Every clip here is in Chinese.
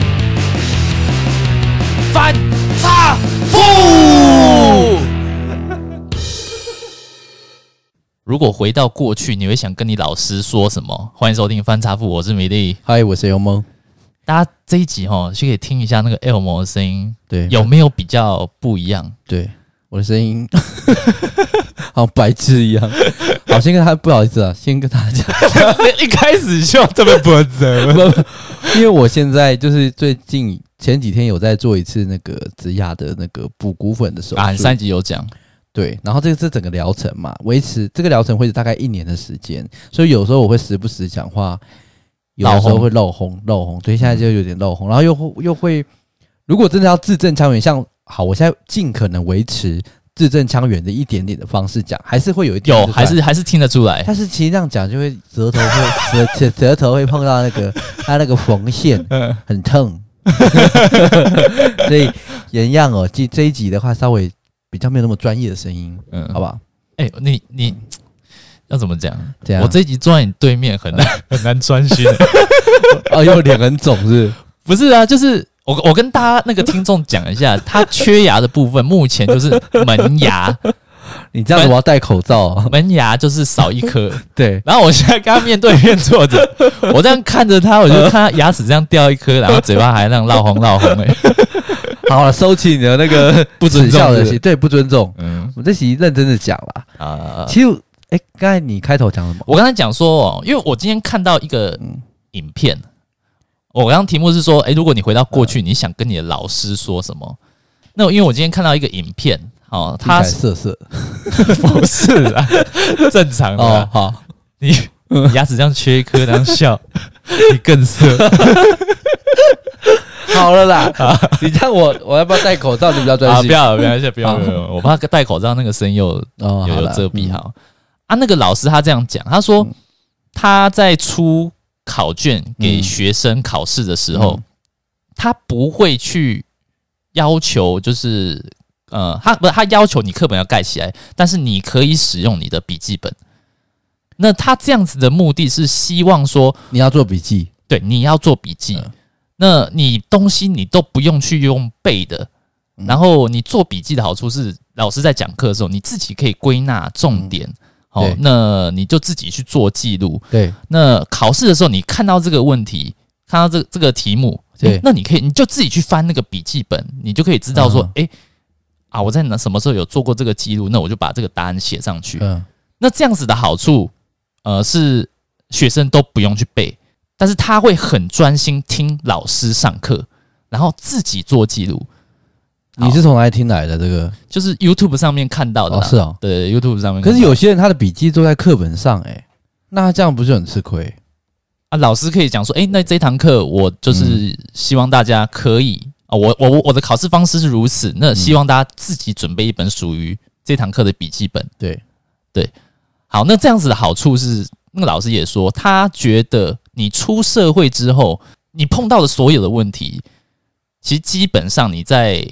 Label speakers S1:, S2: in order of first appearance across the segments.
S1: 如果回到过去，你会想跟你老师说什么？欢迎收听翻查富，我是米粒。
S2: 嗨，我是 L 梦。
S1: 大家这一集哈，就可以听一下那个 L 魔的声音，
S2: 对，
S1: 有没有比较不一样？
S2: 对，我的声音 好像白痴一样。好，先跟他不好意思啊，先跟大家 讲，
S1: 一开始就这么波折，
S2: 因为我现在就是最近前几天有在做一次那个植牙的那个补骨粉的手术。
S1: 啊，你上一集有讲，
S2: 对，然后这个是整个疗程嘛，维持这个疗程会大概一年的时间，所以有时候我会时不时讲话，有的时候会漏红漏红，对，
S1: 嗯
S2: 现在就有点漏红，然后又会又会，如果真的要字正腔圆，像好，我现在尽可能维持字正腔圆的一点点的方式讲，还是会有一点
S1: 有
S2: 点
S1: 还是还是听得出来。
S2: 但是其实这样讲就会舌头会舌舌舌头会碰到那 个它那个缝线，
S1: 嗯
S2: 很痛。所以原样哦，这这一集的话稍微比较没有那么专业的声音，
S1: 嗯，
S2: 好
S1: 吧，
S2: 不好？
S1: 哎，你你要怎么讲？
S2: 这样
S1: 我这一集坐在你对面很难啊 很难专心。
S2: 哦，又脸很肿是 不是？
S1: 不是啊，就是我我跟大家那个听众讲一下，他缺牙的部分目前就是门牙，
S2: 你这样子我要戴口罩、哦。
S1: 门牙就是少一颗。
S2: 对，
S1: 然后我现在跟他面对面坐着，我这样看着他，我就看他牙齿这样掉一颗，然后嘴巴还那样闹红闹红哎、
S2: 好了，收起你的那个
S1: 不尊重
S2: 耻笑
S1: 是
S2: 的
S1: 不是
S2: 心，对，不尊重。
S1: 嗯
S2: 我们这集认真的讲啦。
S1: 啊，
S2: 其实，哎、刚才你开头讲什么？
S1: 我刚才讲说哦，因为我今天看到一个影片，我刚刚题目是说，哎诶，如果你回到过去，你想跟你的老师说什么？那因为我今天看到一个影片，哦，他
S2: 听起来色色的
S1: 不是啊，正常的啊、
S2: 哦，好，
S1: 你 你牙齿这样缺一颗，然后笑，你更 色。
S2: 好了啦。 你看我，我要不要戴口罩？你比较专
S1: 啊！
S2: 心。
S1: 不要了，不要了，不要了，不要了，我怕戴口罩那个声音又
S2: 哦，
S1: 有
S2: 好
S1: 有
S2: 了
S1: 遮蔽好、啊。那个老师他这样讲，他说
S2: 嗯
S1: 他在出考卷给
S2: 嗯
S1: 学生考试的时候，
S2: 嗯
S1: 他不会去要求，就是呃，他不是他要求你课本要盖起来，但是你可以使用你的笔记本。那他这样子的目的是希望说，
S2: 嗯你要做笔记，
S1: 对，你要做笔记，
S2: 嗯
S1: 那你东西你都不用去用背的，
S2: 嗯
S1: 然后你做笔记的好处是，老师在讲课的时候，你自己可以归纳重点。好
S2: 嗯对，
S1: 那你就自己去做记录。
S2: 对
S1: 那考试的时候，你看到这个问题，看到这这个题目，
S2: 对
S1: 诶那你可以你就自己去翻那个笔记本，你就可以知道说
S2: 嗯，
S1: 诶，啊，我在哪什么时候有做过这个记录，那我就把这个答案写上去。
S2: 嗯，
S1: 那这样子的好处，呃，是学生都不用去背，但是他会很专心听老师上课，然后自己做记录，好
S2: 你是从哪里听来的这个？
S1: 就是 YouTube 上面看到的
S2: 哦，
S1: 啦、
S2: 是哦。
S1: 对 YouTube 上面看到
S2: 可
S1: 的。
S2: 是有些人他的笔记都在课本上、欸，哎，那他这样不是很吃亏？
S1: 啊，老师可以讲说，诶，那这堂课我就是希望大家可以啊、我我我我的考试方式是如此，那希望大家自己准备一本属于这堂课的笔记本。
S2: 对
S1: 好，那这样子的好处是，那个老师也说，他觉得你出社会之后，你碰到的所有的问题，其实基本上你在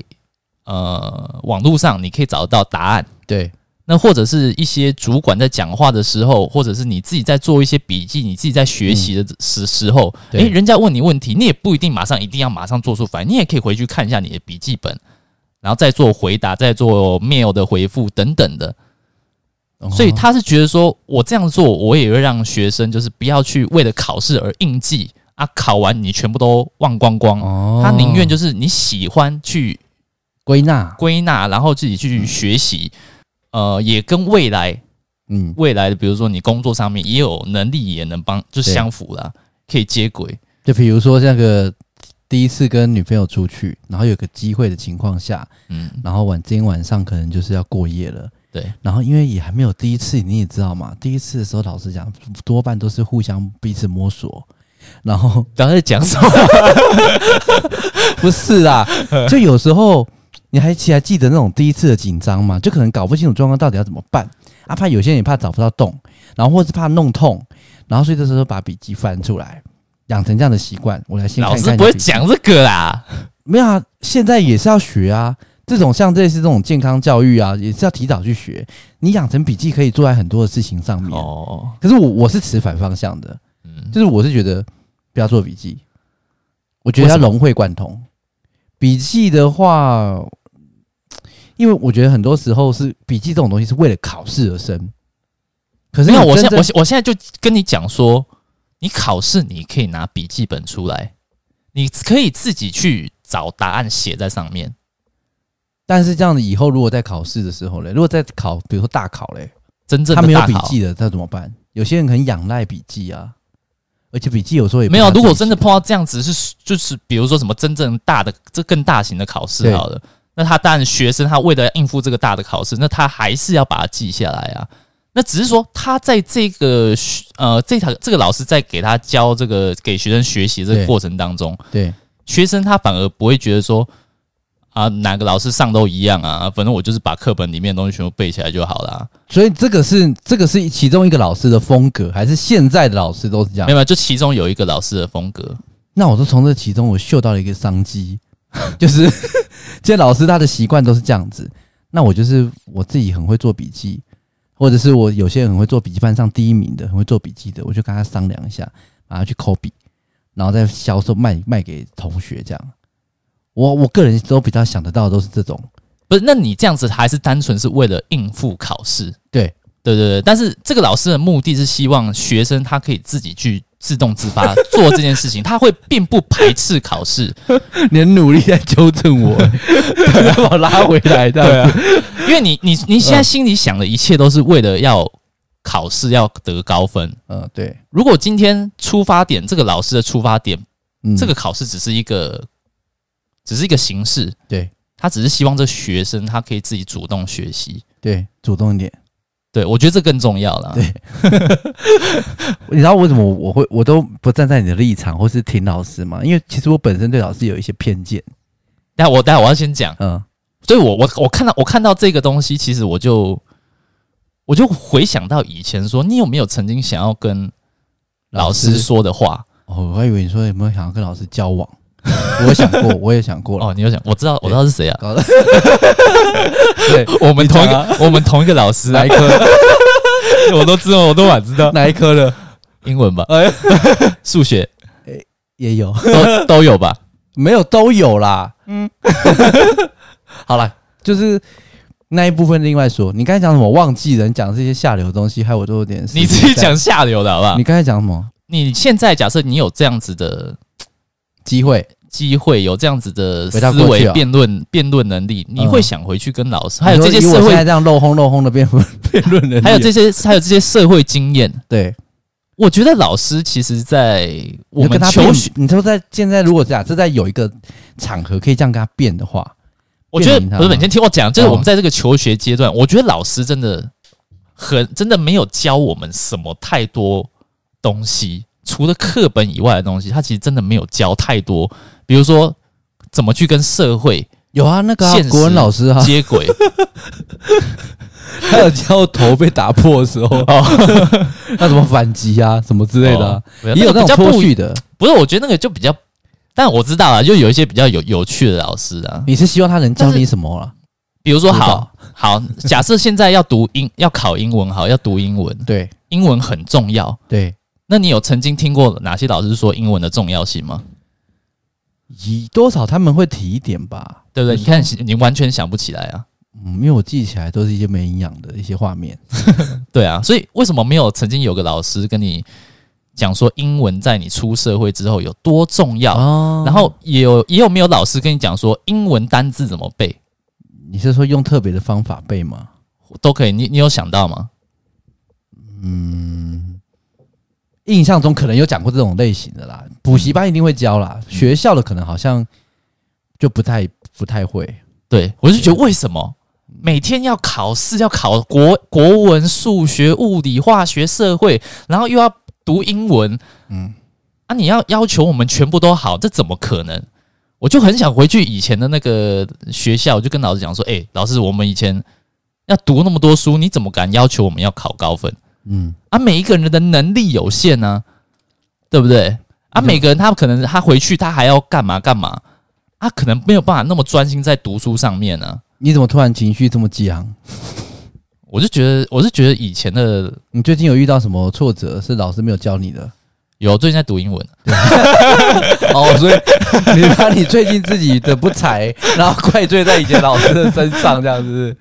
S1: 呃网络上你可以找得到答案。
S2: 对，
S1: 那或者是一些主管在讲话的时候，或者是你自己在做一些笔记，你自己在学习的时时候，
S2: 对
S1: 诶、人家问你问题，你也不一定马上一定要马上做出反应，你也可以回去看一下你的笔记本，然后再做回答，再做 mail 的回复等等的。
S2: 哦
S1: 所以他是觉得说，我这样做，我也会让学生就是不要去为了考试而应记啊，考完你全部都忘光光。
S2: 哦
S1: 他宁愿就是你喜欢去
S2: 归纳，
S1: 归纳，然后自己去学习，呃，也跟未来
S2: 嗯，
S1: 未来的，比如说你工作上面也有能力，也能帮，就
S2: 对
S1: 相符啦，可以接轨。
S2: 就比如说那个第一次跟女朋友出去，然后有个机会的情况下，
S1: 嗯，
S2: 然后晚今天晚上可能就是要过夜了。
S1: 对，
S2: 然后因为也还没有第一次，你也知道嘛，第一次的时候，老实讲，多半都是互相彼此摸索，然后
S1: 刚才讲 什么？
S2: 不是 啦，就有时候你还记还记得那种第一次的紧张嘛？就可能搞不清楚状况到底要怎么办啊，怕有些人也怕找不到洞，然后或是怕弄痛，然后所以这时候把笔记翻出来，养成这样的习惯。我来先看
S1: 老
S2: 看
S1: 师
S2: 你
S1: 不会
S2: 笔记，
S1: 讲这个啦。
S2: 没有啊，现在也是要学啊。这种像类似这种健康教育啊，也是要提早去学。你养成笔记可以做在很多的事情上面。
S1: 哦，
S2: 可是我我是持反方向的，
S1: 嗯，
S2: 就是我是觉得不要做笔记，我觉得
S1: 为
S2: 要
S1: 什么
S2: 融会贯通。笔记的话，因为我觉得很多时候是笔记这种东西是为了考试而生，可是
S1: 没有，
S2: 你
S1: 我
S2: 真
S1: 现在
S2: 正
S1: 我现我现在就跟你讲说，你考试你可以拿笔记本出来，你可以自己去找答案写在上面。
S2: 但是这样子以后如果在考试的时候嘞，如果在考，比如说大考嘞，
S1: 真正
S2: 他
S1: 的
S2: 没有
S1: 大
S2: 笔
S1: 考
S2: 记的，他怎么办？有些人很仰赖笔记啊，而且笔记有时候也不
S1: 没有，
S2: 拿自
S1: 如
S2: 己
S1: 果真的
S2: 写
S1: 碰到这样子是就是比如说什么真正大的这更大型的考试
S2: 对
S1: 好了，那他当然学生他为了应付这个大的考试，那他还是要把它记下来啊。那只是说他在这个学呃这堂这个老师在给他教这个给学生学习这
S2: 对
S1: 个过程当中，
S2: 对
S1: 学生他反而不会觉得说啊哪个老师上都一样啊，反正我就是把课本里面的东西全部背起来就好啦。
S2: 所以这个是这个是其中一个老师的风格，还是现在的老师都是这样
S1: 没？有，没有就其中有一个老师的风格，
S2: 那我就从这其中我嗅到了一个商机， 就是这些老师他的习惯都是这样子。那我就是我自己很会做笔记，或者是我有些人很会做笔记，班上第一名的很会做笔记的，我就跟他商量一下，把他去抠笔，然后再销售卖卖给同学这样。我我个人都比较想得到的都是这种，
S1: 不是？那你这样子还是单纯是为了应付考试？
S2: 对
S1: 对对对，但是这个老师的目的是希望学生他可以自己去自动自发做这件事情，他会并不排斥考试，
S2: 你很努力在纠正我， 把我拉回来这样子。
S1: 因为你你你现在心里想的一切都是为了要考试要得高分。
S2: 嗯，对，
S1: 如果今天出发点这个老师的出发点，
S2: 嗯，
S1: 这个考试只是一个只是一个形式，
S2: 对
S1: 他只是希望这学生他可以自己主动学习。
S2: 对，主动一点。
S1: 对，我觉得这更重要了。
S2: 对你知道为什么我会我都不站在你的立场，或是挺老师吗？因为其实我本身对老师有一些偏见，
S1: 但我待会我要先讲，
S2: 嗯，
S1: 所以我我我看到我看到这个东西，其实我就我就回想到以前说，你有没有曾经想要跟老师说的话？
S2: 哦，我还以为你说有没有想要跟老师交往， 我有想过，我也想过了，
S1: 哦，你有想，我知道我知道是谁啊？
S2: 搞得对，
S1: 我们同一
S2: 你讲啊
S1: 个我们同一个老师啊
S2: 哪一，科？
S1: 我都知道，我都晚知道
S2: 哪一科的？
S1: 英文吧，
S2: 哎
S1: 数学
S2: 也有，
S1: 都都有吧？
S2: 没有都有啦。嗯，好啦，就是那一部分另外说。你刚才讲什么？忘记人讲这些下流的东西，害我都有点。
S1: 你自己。讲下流的好不好
S2: 你？刚才讲什么？
S1: 你现在假设你有这样子的
S2: 机会？
S1: 机会，有这样子的
S2: 回到
S1: 思
S2: 过去
S1: 维
S2: 啊
S1: 辩论辩论能力，你
S2: 嗯
S1: 会想回去跟老师，还有
S2: 你
S1: 这
S2: 说
S1: 些
S2: 以我
S1: 社
S2: 现在
S1: 会，
S2: 这样漏轰漏轰的辩论 辩论人，
S1: 还有这些还有这些社会经验，
S2: 对。
S1: 我觉得老师其实，在我
S2: 你
S1: 们
S2: 就跟他
S1: 求
S2: 辩
S1: 学，，
S2: 你说在现在如果假设在有一个场合可以这样跟他辩的话，
S1: 我觉
S2: 辩论
S1: 得
S2: 他
S1: 不是，你先听我讲，就是
S2: 哦
S1: 我们在这个求学阶段，我觉得老师真的很真的没有教我们什么太多东西，除了课本以外的东西，他其实真的没有教太多，比如说怎么去跟社会
S2: 有啊，那个、啊
S1: 现、实
S2: 国文老师啊，
S1: 接 轨，
S2: 他有教头被打破的时候， 他怎么反击啊，什么之类的、啊，
S1: 哦
S2: 也有
S1: 那个
S2: 那
S1: 比
S2: 种
S1: 较
S2: 脱
S1: 不
S2: 序的。
S1: 不是，我觉得那个就比较，但我知道啊，就有一些比较有有趣的老师啊，
S2: 你是希望他能教你什么了？
S1: 比如说
S2: 辅
S1: 好好，假设现在要读英要考英文，好要读英文，
S2: 对
S1: 英文很重要。
S2: 对，
S1: 那你有曾经听过哪些老师说英文的重要性吗？
S2: 以多少他们会提一点吧。
S1: 对不对？
S2: 嗯
S1: 你看，你完全想不起来啊。
S2: 嗯，因为我记起来都是一些没营养的一些画面。
S1: 对啊，所以为什么没有曾经有个老师跟你讲说英文在你出社会之后有多重要？
S2: 哦
S1: 然后也有也有没有老师跟你讲说英文单字怎么背
S2: 你是说用特别的方法背吗？
S1: 都可以？你你有想到吗？
S2: 印象中可能有讲过这种类型的啦，补习班一定会教啦，学校的可能好像就不太不太会。
S1: 对我就觉得为什么每天要考试，要考国国文、数学、物理、化学、社会，然后又要读英文，嗯，啊，你要要求我们全部都好，这怎么可能？我就很想回去以前的那个学校，我就跟老师讲说，哎、老师，我们以前要读那么多书，你怎么敢要求我们要考高分？
S2: 嗯，
S1: 啊，每一个人的能力有限呢、对不对？啊，每个人他可能他回去他还要干嘛干嘛，他可能没有办法那么专心在读书上面呢、啊
S2: 你怎么突然情绪这么激昂？
S1: 我就觉得，我是觉得以前的
S2: 你最近有遇到什么挫折是老师没有教你的？
S1: 有最近在读英文，啊
S2: 哦，所以 你把你最近自己的不才，然后怪罪在以前老师的身上，这样子。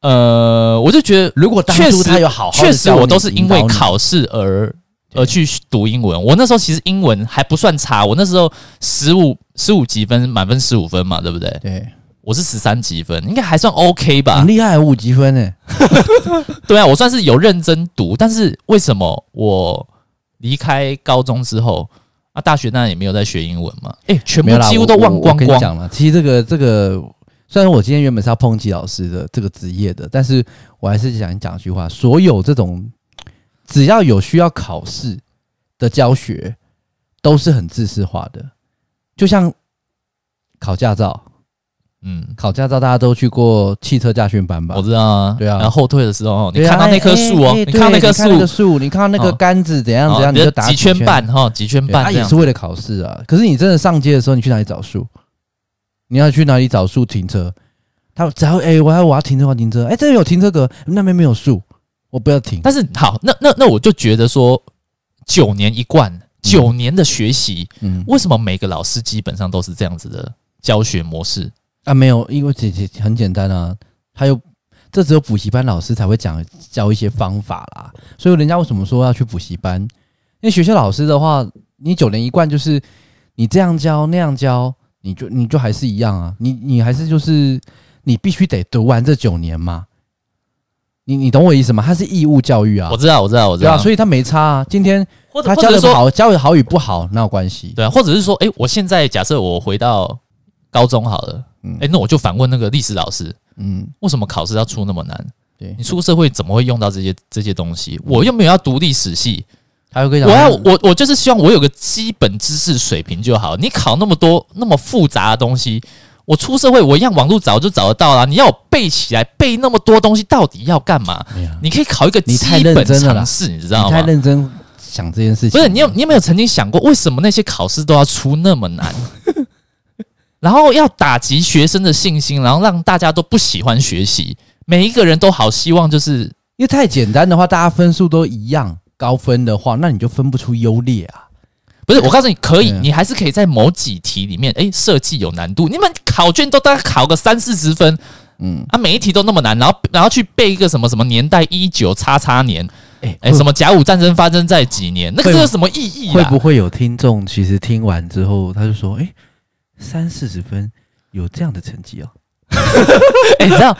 S1: 呃，我就觉得
S2: 如果当
S1: 确
S2: 初
S1: 实
S2: 他有好好
S1: 确
S2: 地
S1: 实
S2: 教
S1: 我
S2: 你
S1: 都是
S2: 引
S1: 因为
S2: 导你
S1: 考试而而去读英文。我那时候其实英文还不算差，我那时候十五十五几分，满分十五分嘛，对不对？
S2: 对，
S1: 我是十三几分，应该还算 OK 吧
S2: 很？厉害，五积分欸呢。
S1: 对啊，我算是有认真读，但是为什么我离开高中之后啊，大学当然也没有在学英文嘛？哎、全部
S2: 没有啦
S1: 几乎都
S2: 我
S1: 忘
S2: 我
S1: 光
S2: 我跟你
S1: 光。
S2: 讲了，其实这个这个，虽然我今天原本是要抨击老师的这个职业的，但是我还是想讲一句话：所有这种只要有需要考试的教学，都是很知识化的。就像考驾照，
S1: 嗯，
S2: 考驾照大家都去过汽车驾训班吧
S1: 我？知道啊。
S2: 对啊
S1: 然后后退的时候，你
S2: 对啊
S1: 看到那棵
S2: 哎
S1: 树哦，
S2: 哎
S1: 你
S2: 对
S1: 看到那棵
S2: 你看那
S1: 树
S2: 个，树，你看到那个
S1: 哦
S2: 杆子怎样怎样，
S1: 哦
S2: 你就打
S1: 几圈半哈，几圈
S2: 对
S1: 半
S2: 它
S1: 嗯这
S2: 也
S1: 样
S2: 是。为了考试啊。可是你真的上街的时候，你去哪里找树？你要去哪里找树停车？他只要哎、我要我要停车，我要停车，哎、这边有停车格，那边没有树，我不要停。
S1: 但是好，那那那我就觉得说，九年一贯，九年的学习，
S2: 嗯
S1: 为什么每个老师基本上都是这样子的教学模式？
S2: 啊，没有，因为姐姐很简单啊，还有这只有补习班老师才会讲教一些方法啦。所以人家为什么说要去补习班？因为学校老师的话，你九年一贯就是你这样教那样教，你就你就还是一样啊，你你还是就是你必须得读完这九年嘛。你你懂我意思吗？它是义务教育啊
S1: 我，知道，我知道，我知
S2: 对
S1: 道。
S2: 啊，所以他没差啊。今天
S1: 或者
S2: 他
S1: 或
S2: 教
S1: 者
S2: 的
S1: 是说，
S2: 好，教的好与不好哪有关系？
S1: 对啊，或者是说，诶，我现在假设我回到高中好了，
S2: 嗯
S1: 诶，那我就反问那个历史老师，
S2: 嗯，
S1: 为什么考试要出那么难？
S2: 对
S1: 你出社会怎么会用到这些这些东西？我又没有要读历史系，
S2: 还有跟你
S1: 我
S2: 讲，
S1: 要我我就是希望我有个基本知识水平就好。你考那么多那么复杂的东西，我出社会我一样网络找就找得到啦。你要我背起来背那么多东西，到底要干嘛？
S2: 哎呀
S1: 你可以考一个
S2: 你太
S1: 基本
S2: 认真了啦
S1: 常识，你知道
S2: 你太
S1: 吗？
S2: 认真想这件事
S1: 不
S2: 情了，
S1: 是你有你有没有曾经想过，为什么那些考试都要出那么难？ 然后要打击学生的信心，然后让大家都不喜欢学习，每一个人都好希望就是
S2: 因为太简单的话，大家分数都一样，高分的话，那你就分不出优劣啊。
S1: 不是，我告诉你，可以，
S2: 嗯
S1: 你还是可以在某几题里面，诶，设计有难度。你们考卷都大概考个三四十分
S2: 嗯，
S1: 啊，每一题都那么难，然后然后去背一个什么什么年代一九叉叉年，
S2: 哎、
S1: 诶，什么甲午战争发生在几年，那个
S2: 会
S1: 是有什么意义
S2: 会
S1: 啊
S2: 不？会有听众其实听完之后，他就说：“哎、三四十分有这样的成绩哦。
S1: 诶，你知道，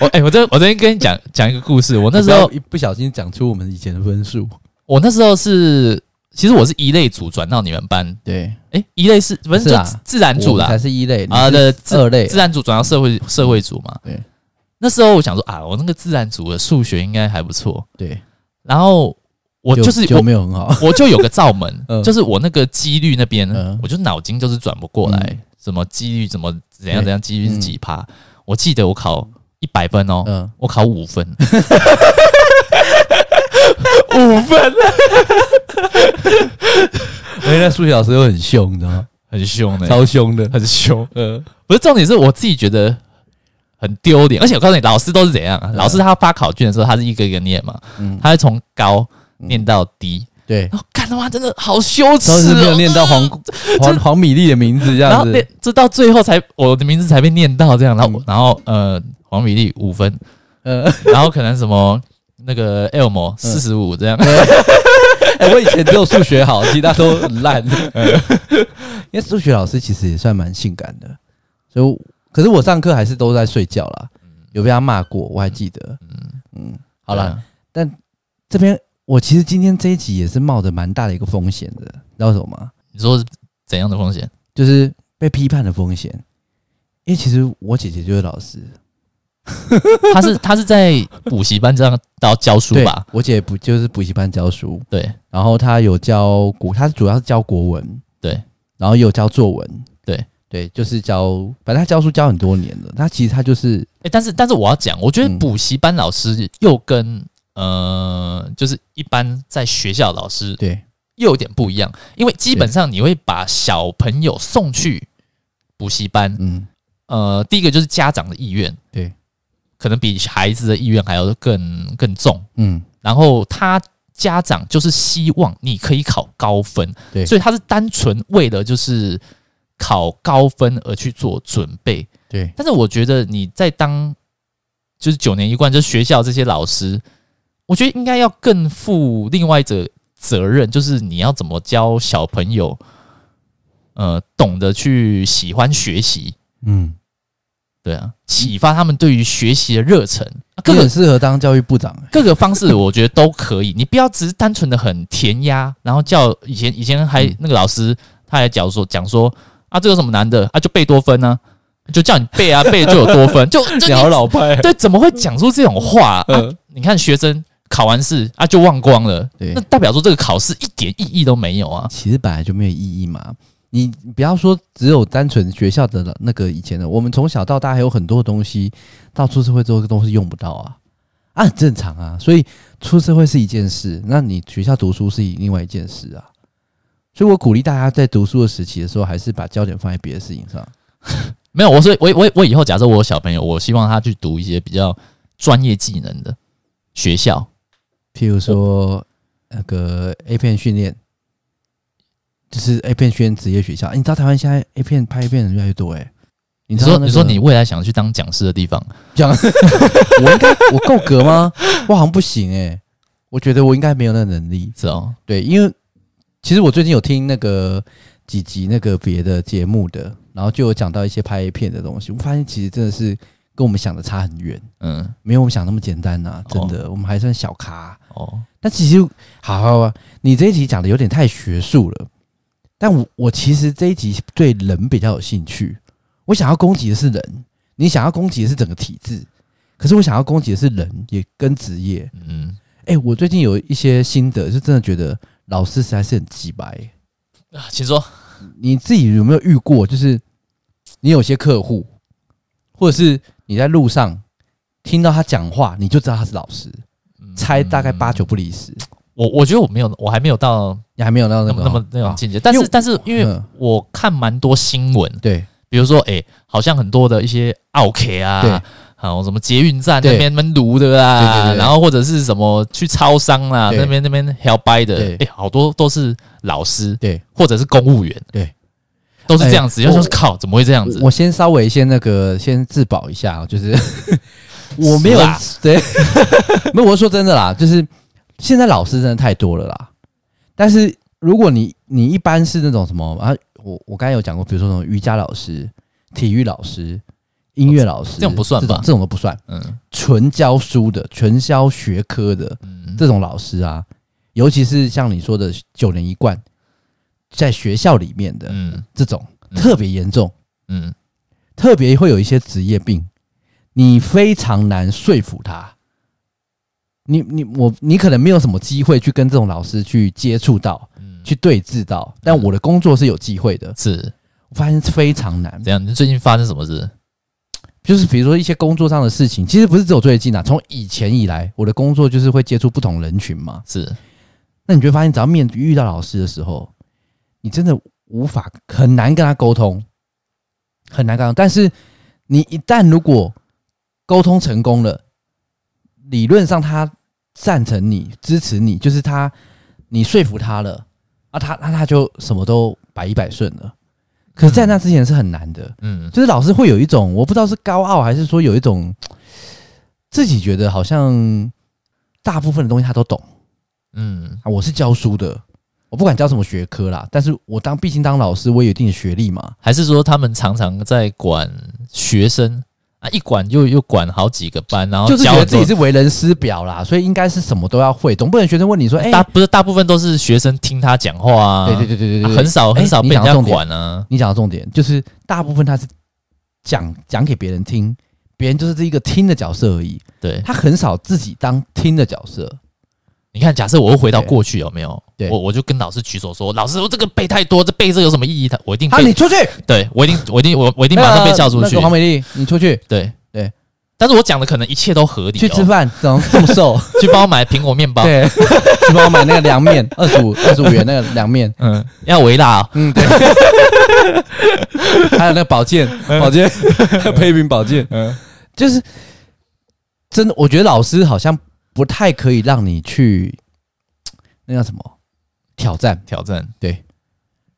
S1: 我诶，我这我这边跟你讲讲一个故事，我”那时候
S2: 一不小心讲出我们以前的分数，
S1: 我那时候是，其实我是一类组转到你们班，
S2: 对，
S1: 诶，一类是反正
S2: 是
S1: 就
S2: 啊
S1: 自自然
S2: 我
S1: 组
S2: 们
S1: 啦
S2: 才，是一类
S1: 啊
S2: 你是
S1: 的自
S2: 二类
S1: 自然组转到社会社会组嘛。
S2: 对，
S1: 那时候我想说啊，我那个自然组的数学应该还不错，
S2: 对，
S1: 然后我就是
S2: 就
S1: 我哦
S2: 没有很好，
S1: 我就有个罩门，
S2: 嗯
S1: 就是我那个几率那边，
S2: 嗯
S1: 我就脑筋就是转不过来，
S2: 嗯
S1: 什么几率怎么怎样
S2: 对
S1: 怎样，几率是几趴？我记得我考一百分哦，
S2: 嗯，
S1: 我考五分，
S2: 五分。而哎且那数学老师又很凶，你知道吗？
S1: 很凶欸的、
S2: 超凶的，
S1: 很凶。
S2: 嗯，
S1: 不是重点是我自己觉得很丢脸，而且我告诉你，老师都是怎样啊？
S2: 嗯
S1: 老师他发考卷的时候，他是一个一个念嘛，
S2: 嗯
S1: 他会从高念到低，
S2: 对，
S1: 然后干他妈真的好羞耻、
S2: 都是
S1: 哦，
S2: 没有念到黄 黄黄米粒的名字这
S1: 然
S2: 样
S1: 后
S2: 子。
S1: 那这到最后才我的名字才被念到这样，然后我、
S2: 嗯
S1: 然后呃黄米粒五分，
S2: 呃，
S1: 然后可能什么那个
S2: 嗯
S1: Elmo 四十五这样，
S2: 哎我以前只有数学好，其他都 很烂。因为数学老师其实也算蛮性感的，所以我可是我上课还是都在睡觉啦，
S1: 嗯
S2: 有被他骂过，我还记得。嗯好了，这边我其实今天这一集也是冒着蛮大的一个风险的，你知道为什么吗？
S1: 你说是怎样的风险？
S2: 就是被批判的风险。因为其实我姐姐就是老师，
S1: 他是他是在补习班这样到教书
S2: 对
S1: 吧？？
S2: 我姐不就是补习班教书，
S1: 对
S2: 然后他有教国，他主要是教国文，
S1: 对，
S2: 然后也有教作文，
S1: 对
S2: 对，就是教，反正他教书教很多年了。他其实他就是
S1: 诶，但是但是我要讲，我觉得
S2: 嗯
S1: 补习班老师又跟、呃就是一般在学校老师
S2: 对
S1: 又有点不一样，因为基本上你会把小朋友送去补习班，
S2: 嗯，
S1: 呃，第一个就是家长的意愿，
S2: 对，
S1: 可能比孩子的意愿还要更更重。
S2: 嗯，
S1: 然后他家长就是希望你可以考高分，
S2: 对
S1: 所以他是单纯为了就是考高分而去做准备。
S2: 对，
S1: 但是我觉得你在当就是九年一贯，就是学校这些老师，我觉得应该要更负另外一责责任，就是你要怎么教小朋友，呃，懂得去喜欢学习，
S2: 嗯，
S1: 对啊，启发他们对于学习的热忱。啊各
S2: 你
S1: 个
S2: 很适合当教育部长、欸
S1: 各个方式，我觉得都可以。你不要只是单纯的很填鸭，然后叫以前以前还
S2: 嗯
S1: 那个老师他还讲说讲说啊，这有什么难的啊？就背多分呢、就叫你背啊，背就有多分，就就
S2: 你好老 派，
S1: 对，怎么会讲出这种话、啊
S2: 嗯？
S1: 你看学生考完试啊就忘光了，
S2: 对
S1: 那代表说这个考试一点意义都没有啊。
S2: 其实本来就没有意义嘛。你你不要说只有单纯学校的那个以前的，我们从小到大还有很多东西，到出社会之后都是用不到啊，啊，很正常啊。所以出社会是一件事，那你学校读书是另外一件事啊。所以我鼓励大家在读书的时期的时候，还是把焦点放在别的事情上。
S1: 没有，我所以我我我以后假设我有小朋友，我希望他去读一些比较专业技能的学校，
S2: 譬如说那个 A 片训练，就是 A 片训练职业学校。欸你知道台湾现在 A 片拍 A 片的人越来越多哎、欸你
S1: 你
S2: 知道
S1: 说
S2: 那
S1: 你说
S2: 个
S1: 你未来想去当讲师的地方，
S2: 讲，我应该我够格吗？ 我好像不行哎、我觉得我应该没有那能力。
S1: 是哦，
S2: 对，因为其实我最近有听那个几集那个别的节目的，然后就有讲到一些拍 A 片的东西，我发现其实真的是跟我们想的差很远，
S1: 嗯，
S2: 没有我们想那么简单呐、真的，我们还算小咖、
S1: 哦，
S2: 但其实，好好啊，你这一集讲的有点太学术了。但我我其实这一集对人比较有兴趣，我想要攻击的是人，你想要攻击的是整个体制，可是我想要攻击的是人，也跟职业。
S1: 嗯，
S2: 哎、我最近有一些心得，是真的觉得老师实在是很鸡掰。
S1: 啊请说，
S2: 你自己有没有遇过？就是你有些客户，或者是你在路上听到他讲话，你就知道他是老师，
S1: 嗯
S2: 猜大概八九不离十。
S1: 我我觉得我没有，我还没有到
S2: 你还没有到
S1: 那
S2: 那
S1: 么那
S2: 个哦
S1: 么那
S2: 好
S1: 种境界，但是但是因为
S2: 嗯
S1: 我看蛮多新闻，
S2: 对，
S1: 比如说，哎、好像很多的一些 OK
S2: 对
S1: 啊，好什么捷运站
S2: 对
S1: 那边闷炉的啦，
S2: 对对对对
S1: 然后或者是什么去超商啦，
S2: 对
S1: 那边那边 h e 掰的，
S2: 对
S1: 哎、好多都是老师
S2: 对
S1: 或者是公务员，
S2: 对，
S1: 都是这样子。
S2: 哎
S1: 要、
S2: 我
S1: 说是靠，怎么会这样子？
S2: 我我先稍微先那个先自保一下 哦，就是我没有
S1: 是啦
S2: 对，没有我是说真的啦，就是现在老师真的太多了啦。但是如果你你一般是那种什么啊，我我刚才有讲过，比如说什么瑜伽老师、体育老师、音乐老师，
S1: 这种不算吧
S2: 这种这种都不算，
S1: 嗯
S2: 纯教书的、纯教学科的，
S1: 嗯，
S2: 这种老师啊，尤其是像你说的九年一贯，在学校里面的、
S1: 嗯
S2: 这种
S1: 嗯
S2: 特别严重。
S1: 嗯
S2: 特别会有一些职业病，你非常难说服他。你你我你可能没有什么机会去跟这种老师去接触到、
S1: 嗯，
S2: 去对峙到，但我的工作是有机会的。
S1: 是
S2: 我发现非常难，
S1: 怎样？你最近发生什么事？
S2: 就是比如说一些工作上的事情，其实不是只有最近啊，从以前以来，我的工作就是会接触不同人群嘛。
S1: 是
S2: 那你就会发现，只要面遇到老师的时候，你真的无法很难跟他沟通，很难沟通。但是你一旦如果沟通成功了，理论上他赞成你、支持你，就是他你说服他了啊，他那他就什么都百依百顺了。可是，在那之前是很难的，
S1: 嗯
S2: 就是老师会有一种我不知道是高傲，还是说有一种自己觉得好像大部分的东西他都懂。
S1: 嗯
S2: 啊，我是教书的，我不管教什么学科啦，但是我当毕竟当老师，我也有一定的学历嘛。
S1: 还是说他们常常在管学生啊，一管就又管好几个班，然后
S2: 就是觉
S1: 哦教
S2: 得自己是为人师表啦，所以应该是什么都要会，总不能学生问你说，哎、
S1: 大不是大部分都是学生听他讲话啊，
S2: 对对对对对对，
S1: 很少
S2: 哎
S1: 很少
S2: 你
S1: 被
S2: 讲
S1: 人
S2: 到
S1: 家
S2: 重点
S1: 管啊，
S2: 你讲到重点，就是大部分他是讲讲给别人听，别人就是这一个听的角色而已，
S1: 对。
S2: 他很少自己当听的角色。
S1: 你看，假设我又回到
S2: 对
S1: 过去，有没有？
S2: 对
S1: 我我就跟老师举手说：“老师，我这个背太多，这背这有什么意义？”他我一定
S2: 好，你
S1: 背，
S2: 出去，呃
S1: 对我一定我一定我我一定马上被叫出
S2: 那
S1: 去
S2: 个。黄美丽，你出去
S1: 对
S2: 对，
S1: 但是我讲的可能一切都合理哦。
S2: 去吃饭，怎么这么 瘦？
S1: 去帮我买苹果面包，
S2: 对，去帮我买那个凉面，二十五二十五元那个凉面。
S1: 嗯，要微辣哦。
S2: 嗯，对。 还有那个宝剑，宝剑， 配兵宝剑，
S1: 嗯
S2: 就是真的。我觉得老师好像不太可以让你去那叫什么挑战，
S1: 挑战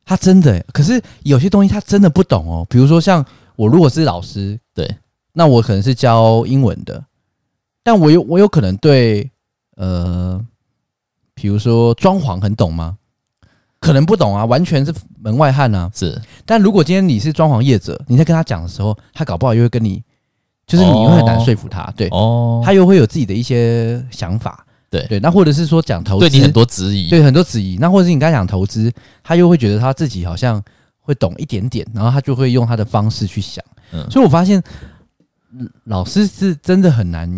S2: 他真的欸、可是有些东西他真的不懂哦。比如说像我如果是老师，
S1: 对，
S2: 那我可能是教英文的，但我有我有可能对呃，比如说装潢很懂吗？可能不懂啊，完全是门外汉啊。
S1: 是
S2: 但如果今天你是装潢业者，你在跟他讲的时候，他搞不好又会跟你，就是你会很难说服他，对，
S1: 哦，
S2: 他又会有自己的一些想法，
S1: 对
S2: 对。那或者是说讲投资，
S1: 对你很多质疑，
S2: 对很多质疑，那或者是你刚讲投资，他又会觉得他自己好像会懂一点点，然后他就会用他的方式去想。
S1: 嗯
S2: 所以我发现，嗯老师是真的很难，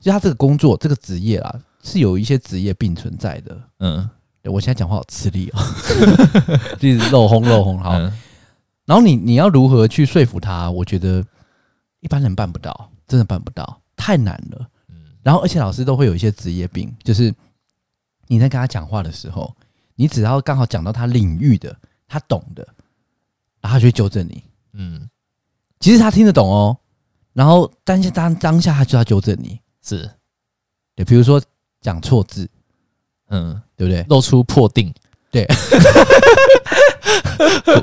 S2: 就他这个工作这个职业啦，是有一些职业病存在的。
S1: 嗯，
S2: 对我现在讲话好吃力 哦，就是漏轰漏轰。好，
S1: 嗯，
S2: 然后你你要如何去说服他？我觉得一般人办不到，真的办不到，太难了。
S1: 嗯
S2: 然后而且老师都会有一些职业病，就是你在跟他讲话的时候，你只要刚好讲到他领域的、他懂的，然后他就会纠正你。
S1: 嗯，
S2: 其实他听得懂哦，然后但是当当下他就要纠正你，
S1: 是，
S2: 对，比如说讲错字，
S1: 嗯，
S2: 对不对？
S1: 露出破腚，
S2: 对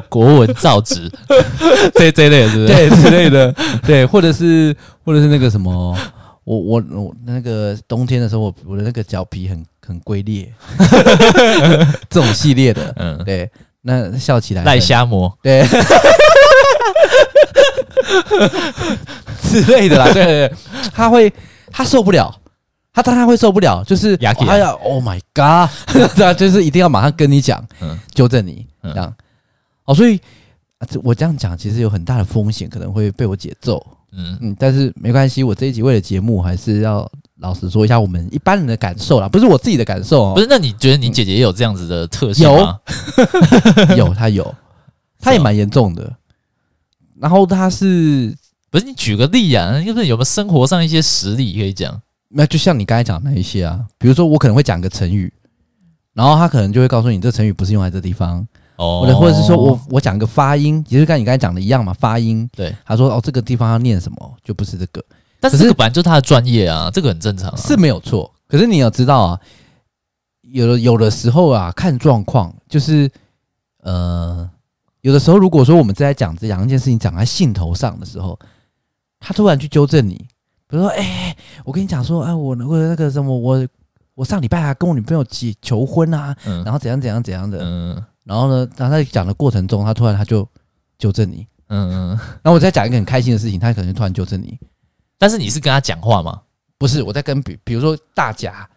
S1: 国， 国文造 纸，这这类的是不是？
S2: 对之类 的，对，或者是或者是那个什么，我我我那个冬天的时候，我我的那个脚皮很很龟裂， 这种系列的，
S1: 嗯，
S2: 对，那笑起来
S1: 赖
S2: 很，
S1: 虾魔，
S2: 对。 之类的啦，对对对，他会他受不了，他当然会受不了，就是
S1: 牙起来
S2: 他要 Oh my God，他 就是一定要马上跟你讲，
S1: 嗯
S2: 纠正你
S1: 嗯
S2: 这样。哦，所以啊，这我这样讲其实有很大的风险，可能会被我姐揍。
S1: 嗯，
S2: 嗯，但是没关系，我这一集为了节目，还是要老实说一下我们一般人的感受啦，不是我自己的感受哦。
S1: 不是，那你觉得你姐姐也有这样子的特性吗？
S2: 是有，他有，他也
S1: 是哦
S2: 蛮严重的。然后他是
S1: 不是，你举个例啊，就是有没有生活上一些实例可以讲？
S2: 那就像你刚才讲的那一些啊，比如说我可能会讲个成语，然后他可能就会告诉你这成语不是用在这地方，
S1: 哦
S2: 或者或者是说我我讲个发音，其实跟你刚才讲的一样嘛，发音。
S1: 对，
S2: 他说哦，这个地方要念什么，就不是这个，
S1: 但是
S2: 可
S1: 这
S2: 是
S1: 个本来就是他的专业啊，这个很正常、啊。
S2: 是没有错。可是你要知道啊，有的有的时候啊，看状况，就是呃，有的时候如果说我们正在讲这两件事情讲在兴头上的时候，他突然去纠正你，比如说，哎、我跟你讲说，哎、我那个那个什么，我我上礼拜啊跟我女朋友起求婚啊，
S1: 嗯
S2: 然后怎样怎样怎样的，
S1: 嗯
S2: 然后呢，然后在讲的过程中，他突然他就纠正你，
S1: 嗯嗯，
S2: 然后我在讲一个很开心的事情，他可能就突然纠正你。
S1: 但是你是跟他讲话吗？
S2: 不是我在跟比，比如说大家，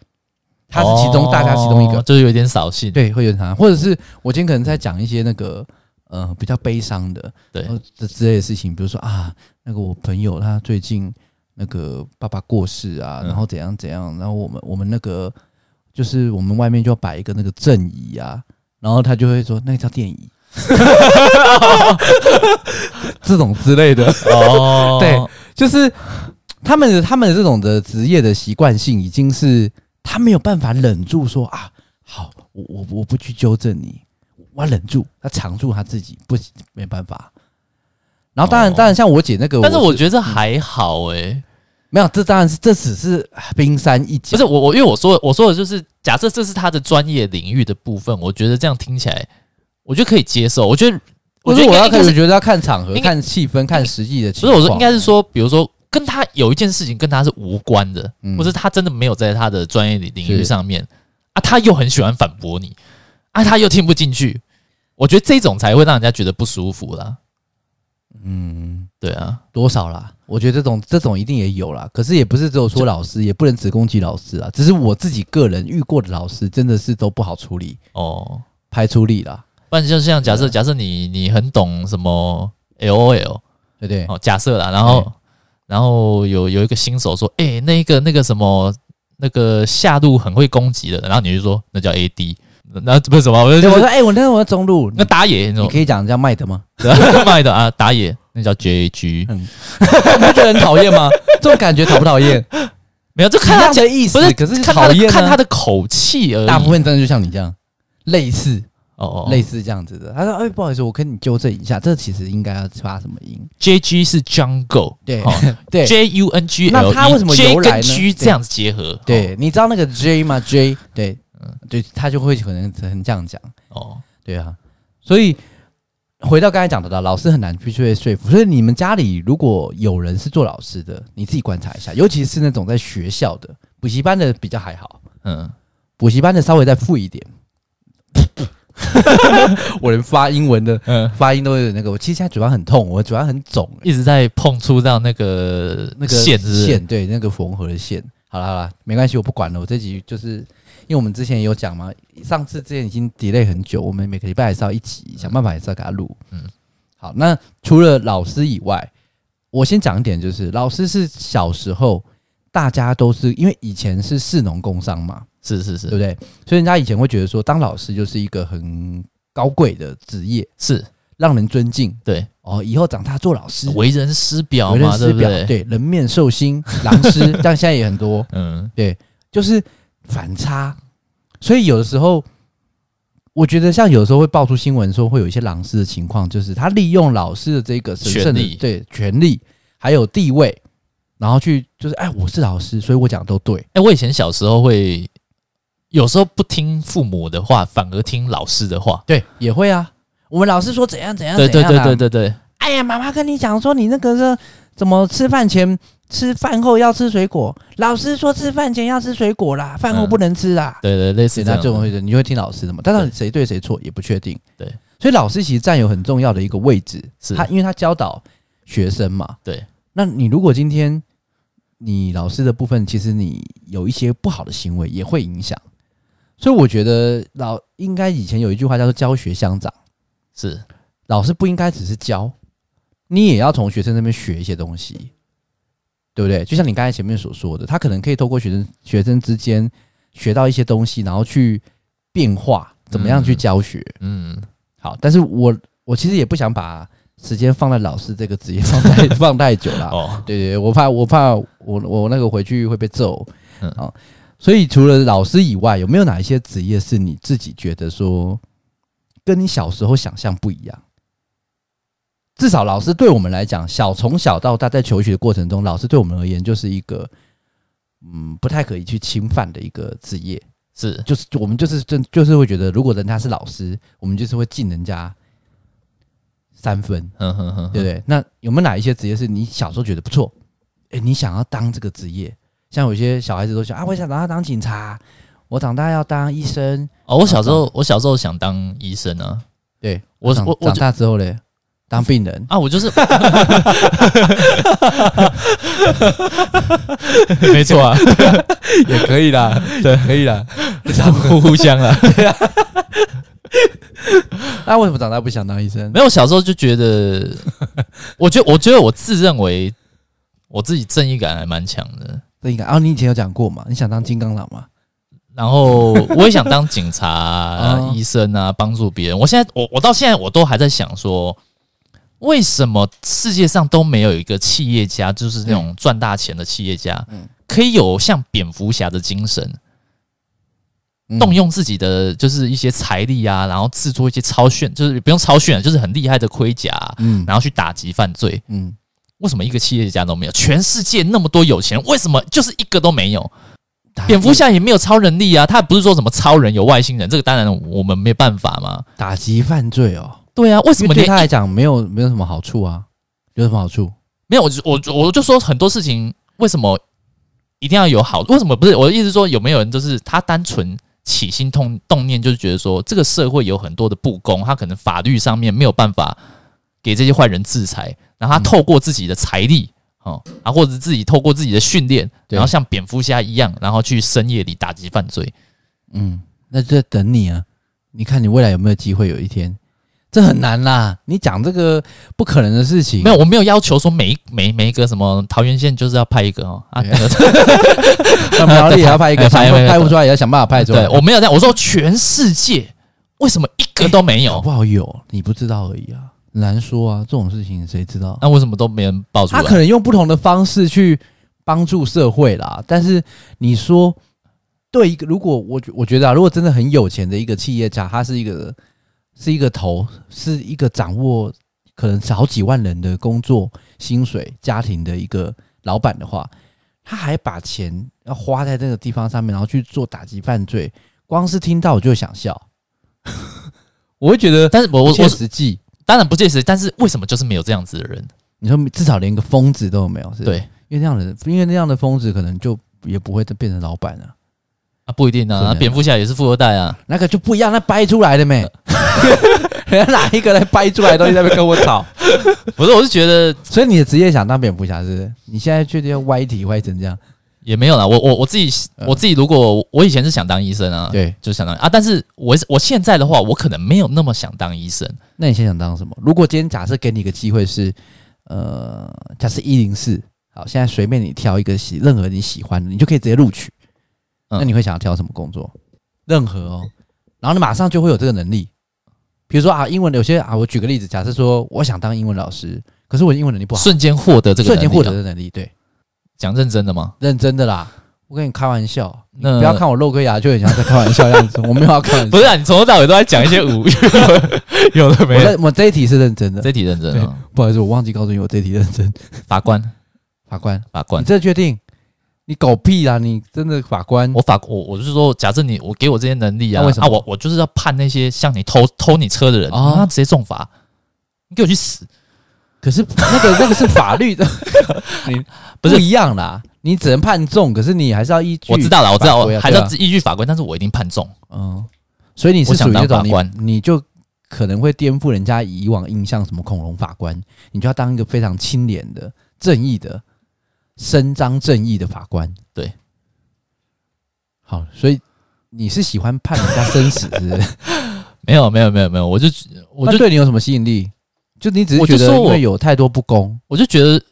S2: 他是其中、
S1: 哦
S2: 大家其中一个，
S1: 就是有点扫兴。
S2: 对，会有他，或者是我今天可能在讲一些那个呃比较悲伤的，
S1: 对
S2: 呃这之类的事情，比如说啊，那个我朋友他最近那个爸爸过世啊，
S1: 嗯
S2: 然后怎样怎样，然后我们我们那个就是我们外面就要摆一个那个正椅啊，然后他就会说那个叫 电椅。 这种之类的，
S1: 哦
S2: 对就是他们的他们的这种的职业的习惯性，已经是他没有办法忍住说啊，好，我我我不去纠正你，我要忍住，他藏住他自己，不行，没办法。然后当然，
S1: 哦
S2: 当然像我姐那个，
S1: 但是我
S2: 是
S1: 觉得这还好诶、
S2: 没有，这当然是这只是冰山一
S1: 不
S2: 角，
S1: 是我我因为我说我说的就是，假设这是他的专业领域的部分，我觉得这样听起来，我觉得可以接受。我觉得我觉得
S2: 是
S1: 应
S2: 我
S1: 该
S2: 要
S1: 应该
S2: 看，我
S1: 是
S2: 觉得要看场合、
S1: 应该
S2: 看气氛、看实际的情
S1: 不
S2: 况。
S1: 是我说应该是说，比如说跟他有一件事情跟他是无关的，
S2: 嗯
S1: 或是他真的没有在他的专业领领域
S2: 是
S1: 上面啊，他又很喜欢反驳你啊，他又听不进去，我觉得这种才会让人家觉得不舒服啦。
S2: 嗯
S1: 对啊，
S2: 多少啦，我觉得这种这种一定也有啦，可是也不是只有说老师，也不能只攻击老师啊，只是我自己个人遇过的老师真的是都不好处理。
S1: 哦，
S2: 排除力啦，
S1: 不然就像假
S2: 啊
S1: 设假设你你很懂什么 LOL
S2: 对不对？
S1: 哦，假设啦，然后然后有有一个新手说，哎、那个那个什么那个下路很会攻击的，然后你就说那叫 AD，那不是什么，我就
S2: 对，
S1: 说
S2: 我说，哎、我那天我在中路，
S1: 那打野，你
S2: 你
S1: 说
S2: 你可以讲人家卖的 吗？
S1: 卖的啊，打野那叫 JG，
S2: 嗯，你不觉得很讨厌吗？这种感觉讨不讨 厌？
S1: 没有，就
S2: 看
S1: 看
S2: 他
S1: 他
S2: 的意思，
S1: 不是
S2: 可是
S1: 看他
S2: 讨
S1: 的
S2: 厌啊
S1: 看他的口气而已。
S2: 大部分真的就像你这样，类似、
S1: 哦哦
S2: 类似这样子的。他说，哎、不好意思，我跟你纠正一下，这其实应该要发什么音？
S1: ，JG 是 Jungle，
S2: 对、
S1: 哦
S2: 对、
S1: J U N G，E
S2: 那他为什么
S1: J
S2: 由
S1: 跟
S2: 来呢
S1: G 这样子结合？
S2: 对，你知道那个 J 吗？J 嗯对，对他就会可能很这样讲，
S1: 哦，
S2: 对啊，所以回到刚才讲的了，老师很难去去说服，所以你们家里如果有人是做老师的，你自己观察一下，尤其是那种在学校的补习班的比较还好，
S1: 嗯，
S2: 补习班的稍微再富一点。我连发英文的
S1: 嗯
S2: 发音都有点那个，我其实现在嘴巴很痛，我嘴巴很肿、欸
S1: 一直在碰触到那个
S2: 那个
S1: 线是不是
S2: 线，对，那个缝合的线。好了好了，没关系，我不管了。我这集就是因为我们之前也有讲嘛，上次之前已经 delay 很久，我们每个礼拜还是要一集，想办法还是要给他录。嗯
S1: 嗯，
S2: 好，那除了老师以外，我先讲一点，就是老师是小时候大家都是因为以前是士农工商嘛，
S1: 是是
S2: 对不
S1: 是
S2: 对？所以人家以前会觉得说，当老师就是一个很高贵的职业，
S1: 是，
S2: 让人尊敬。
S1: 对，
S2: 哦，以后长大做老师，
S1: 为人师表
S2: 为人
S1: 嘛，
S2: 师
S1: 对不
S2: 表，
S1: 对？
S2: 对人面 兽心、狼师，但现在也很多，
S1: 嗯，
S2: 就是反差。所以有的时候，我觉得像有时候会爆出新闻说会有一些狼师的情况，就是他利用老师的这个神圣
S1: 权
S2: 的
S1: 力
S2: 对权力还有地位，然后去就是哎，我是老师，所以我讲都对。
S1: 哎、我以前小时候会，有时候不听父母的话，反而听老师的话。
S2: 对，也会啊。我们老师说怎样怎样
S1: 对
S2: 怎
S1: 对
S2: 样、啊，
S1: 对对对对，
S2: 哎呀，妈妈跟你讲说，你那个是怎么吃饭前、吃饭后要吃水果。老师说吃饭前要吃水果啦，饭后
S1: 嗯
S2: 不能吃啦。
S1: 对对类似
S2: 对，
S1: 这
S2: 那
S1: 样
S2: 这种会，你就会听老师的嘛。但到底谁对谁错也不确定。
S1: 对，
S2: 所以老师其实占有很重要的一个位置，
S1: 是
S2: 他因为他教导学生嘛。
S1: 对，
S2: 那你如果今天你老师的部分，其实你有一些不好的行为，也会影响。所以我觉得老应该以前有一句话叫做“教学相长”。
S1: 是
S2: 老师不应该只是教，你也要从学生那边学一些东西，对不对？就像你刚才前面所说的，他可能可以透过学生学生之间学到一些东西，然后去变化怎么样去教学。
S1: 嗯，
S2: 好，但是我我其实也不想把时间放在老师这个职业放太 放太久了。
S1: 哦，
S2: 对对，对我怕我怕我我那个回去会被揍，嗯
S1: 嗯
S2: 啊，所以除了老师以外，有没有哪一些职业是你自己觉得说跟你小时候想象不一样？至少老师对我们来讲，小从小到大在求学的过程中，老师对我们而言就是一个嗯不太可以去侵犯的一个职业，
S1: 是
S2: 就是我们就是真就是会觉得，如果人家是老师，我们就是会敬人家三分，
S1: 哼哼哼哼，
S2: 对不对？那有没有哪一些职业是你小时候觉得不错？哎，你想要当这个职业？像有些小孩子都想啊，我想长大当警察，我长大要当医生。
S1: 哦，我小时候我小时候想当医生啊，
S2: 对
S1: 我
S2: 长
S1: 我我
S2: 长
S1: 就
S2: 大之后嘞，当病人。
S1: 啊，我就是， 没错 啊，
S2: 也可 以啦，对，可以啦。
S1: 互互相啊。
S2: 那啊为什么长大不想当医生？
S1: 没有，我小时候就觉得，我觉得我觉得我自认为我自己正义感还蛮强的，
S2: 这应该啊，你以前有讲过嘛？你想当金刚狼嘛？
S1: 然后我也想当警察、
S2: 哦
S1: 医生啊，帮助别人。我现在我我到现在我都还在想说，为什么世界上都没有一个企业家，就是那种赚大钱的企业家，
S2: 嗯
S1: 可以有像蝙蝠侠的精神，
S2: 嗯
S1: 动用自己的就是一些财力啊，然后制作一些超炫，就是不用超炫，就是很厉害的盔甲啊、
S2: 嗯
S1: 然后去打击犯罪。
S2: 嗯，
S1: 为什么一个企业家都没有？全世界那么多有钱人，为什么就是一个都没有？蝙蝠侠也没有超能力啊，他不是说什么超人有外星人，这个当然我们没办法嘛。
S2: 打击犯罪哦，
S1: 对啊，为什
S2: 因
S1: 么
S2: 为对
S1: 连
S2: 他来讲没有没有什么好处啊？有什么好处？
S1: 没有？我就我就我就说很多事情为什么一定要有好？为什么不是？我的意思是说有没有人就是他单纯起心动动念，就是觉得说这个社会有很多的不公，他可能法律上面没有办法给这些坏人制裁，然后他透过自己的财力。哦，啊，或者是自己透过自己的训练，
S2: 对
S1: 然后像蝙蝠侠一样，然后去深夜里打击犯罪。
S2: 嗯，那就在等你啊！你看你未来有没有机会有一天？这很难啦！你讲这个不可能的事情，
S1: 没有，我没有要求说每一每每一个什么桃园县就是要拍一个哦啊，
S2: 对
S1: 那个
S2: 那苗栗也要派一个，
S1: 哎
S2: 想
S1: 拍
S2: 派
S1: 拍
S2: 派不出来也要想办法派出来。
S1: 对我没有这样，我说全世界为什么一个都没
S2: 搞
S1: 有？
S2: 不好有，你不知道而已啊，很难说啊，这种事情谁知道？
S1: 那为什么都没人爆出
S2: 他可
S1: 来？
S2: 能用不同的方式去帮助社会啦，但是你说对一个，如果我觉我觉得啊，如果真的很有钱的一个企业家，他是一个是一个头，是一个掌握可能是好几万人的工作、薪水、家庭的一个老板的话，他还把钱要花在这个地方上面，然后去做打击犯罪，光是听到我就想笑，我会觉得
S1: 但是我我
S2: 不切
S1: 我
S2: 实际。
S1: 当然不切实际，但是为什么就是没有这样子的人？
S2: 你说至少连个疯子都没有，是吧
S1: 对
S2: 因为那样的人，因为那样的疯子可能就也不会变成老板啊，
S1: 啊，不一定
S2: 是
S1: 啊，
S2: 的
S1: 蝙蝠侠也是富二代啊，
S2: 那个就不一样，那掰出来的没，人家 哪一个来掰出来的东西在那边跟我吵？
S1: 不是，我是觉得
S2: 所以你的职业想当蝙蝠侠是不是？你现在确定要歪题歪成这样？
S1: 也没有啦，我我我自己
S2: 嗯
S1: 我自己，如果我以前是想当医生啊，，
S2: 对，
S1: 就是想当啊，但是我我现在的话，我可能没有那么想当医生，
S2: 那你现在想当什么？如果今天假设给你一个机会是，呃，假设一零四，好，现在随便你挑一个喜任何你喜欢的，你就可以直接录取。
S1: 嗯
S2: 那你会想要挑什么工作？任何哦，然后你马上就会有这个能力。比如说啊，英文的有些啊，我举个例子，假设说我想当英文老师，可是我的英文能力不好，
S1: 瞬间获得这个能力
S2: 瞬
S1: 啊，
S2: 间获得的能力，对，
S1: 讲认真的吗？
S2: 认真的啦。我跟你开玩笑，你
S1: 那
S2: 不要看我露个牙就很像在开玩笑样子，我没有要开玩 笑，
S1: 不是、啊，你从头到尾都在讲一些无 有的没
S2: 我
S1: 的。
S2: 在我这一题是认真的，
S1: 这题认真啊，
S2: 不好意思，我忘记告诉你，我这一题认真。
S1: 法官，
S2: 法官，
S1: 法官
S2: 你，这确定？你狗屁啊！你真的法官？
S1: 我法我我是说，假设你我给我这些能力啊，
S2: 那为什么
S1: 啊我我就是要判那些像你偷偷你车的人，
S2: 哦
S1: 啊，直接重罚，你给我去死！
S2: 可是那个那个是法律的， 你
S1: 不
S2: 不
S1: 是
S2: 一样啦。你只能判重，可是你还是要依据。
S1: 我知，道了，我知道，
S2: 法规
S1: 我
S2: 啊
S1: 还是要
S2: 对
S1: 依据法规，但是我一定判重。
S2: 嗯，所以你是
S1: 我想
S2: 属于那
S1: 当
S2: 种
S1: 法
S2: 你
S1: 官
S2: 你就可能会颠覆人家以往印象，什么恐龙法官，你就要当一个非常清廉的、正义的、伸张正义的法官。
S1: 对，
S2: 好，所以你是喜欢判人家生死是不是？
S1: 没有没有没有没有，我就 我
S2: 那
S1: 就
S2: 对你有什么吸引力？就你只是
S1: 我就
S2: 觉得
S1: 说
S2: 因
S1: 我
S2: 为有太多不公，
S1: 我就觉得，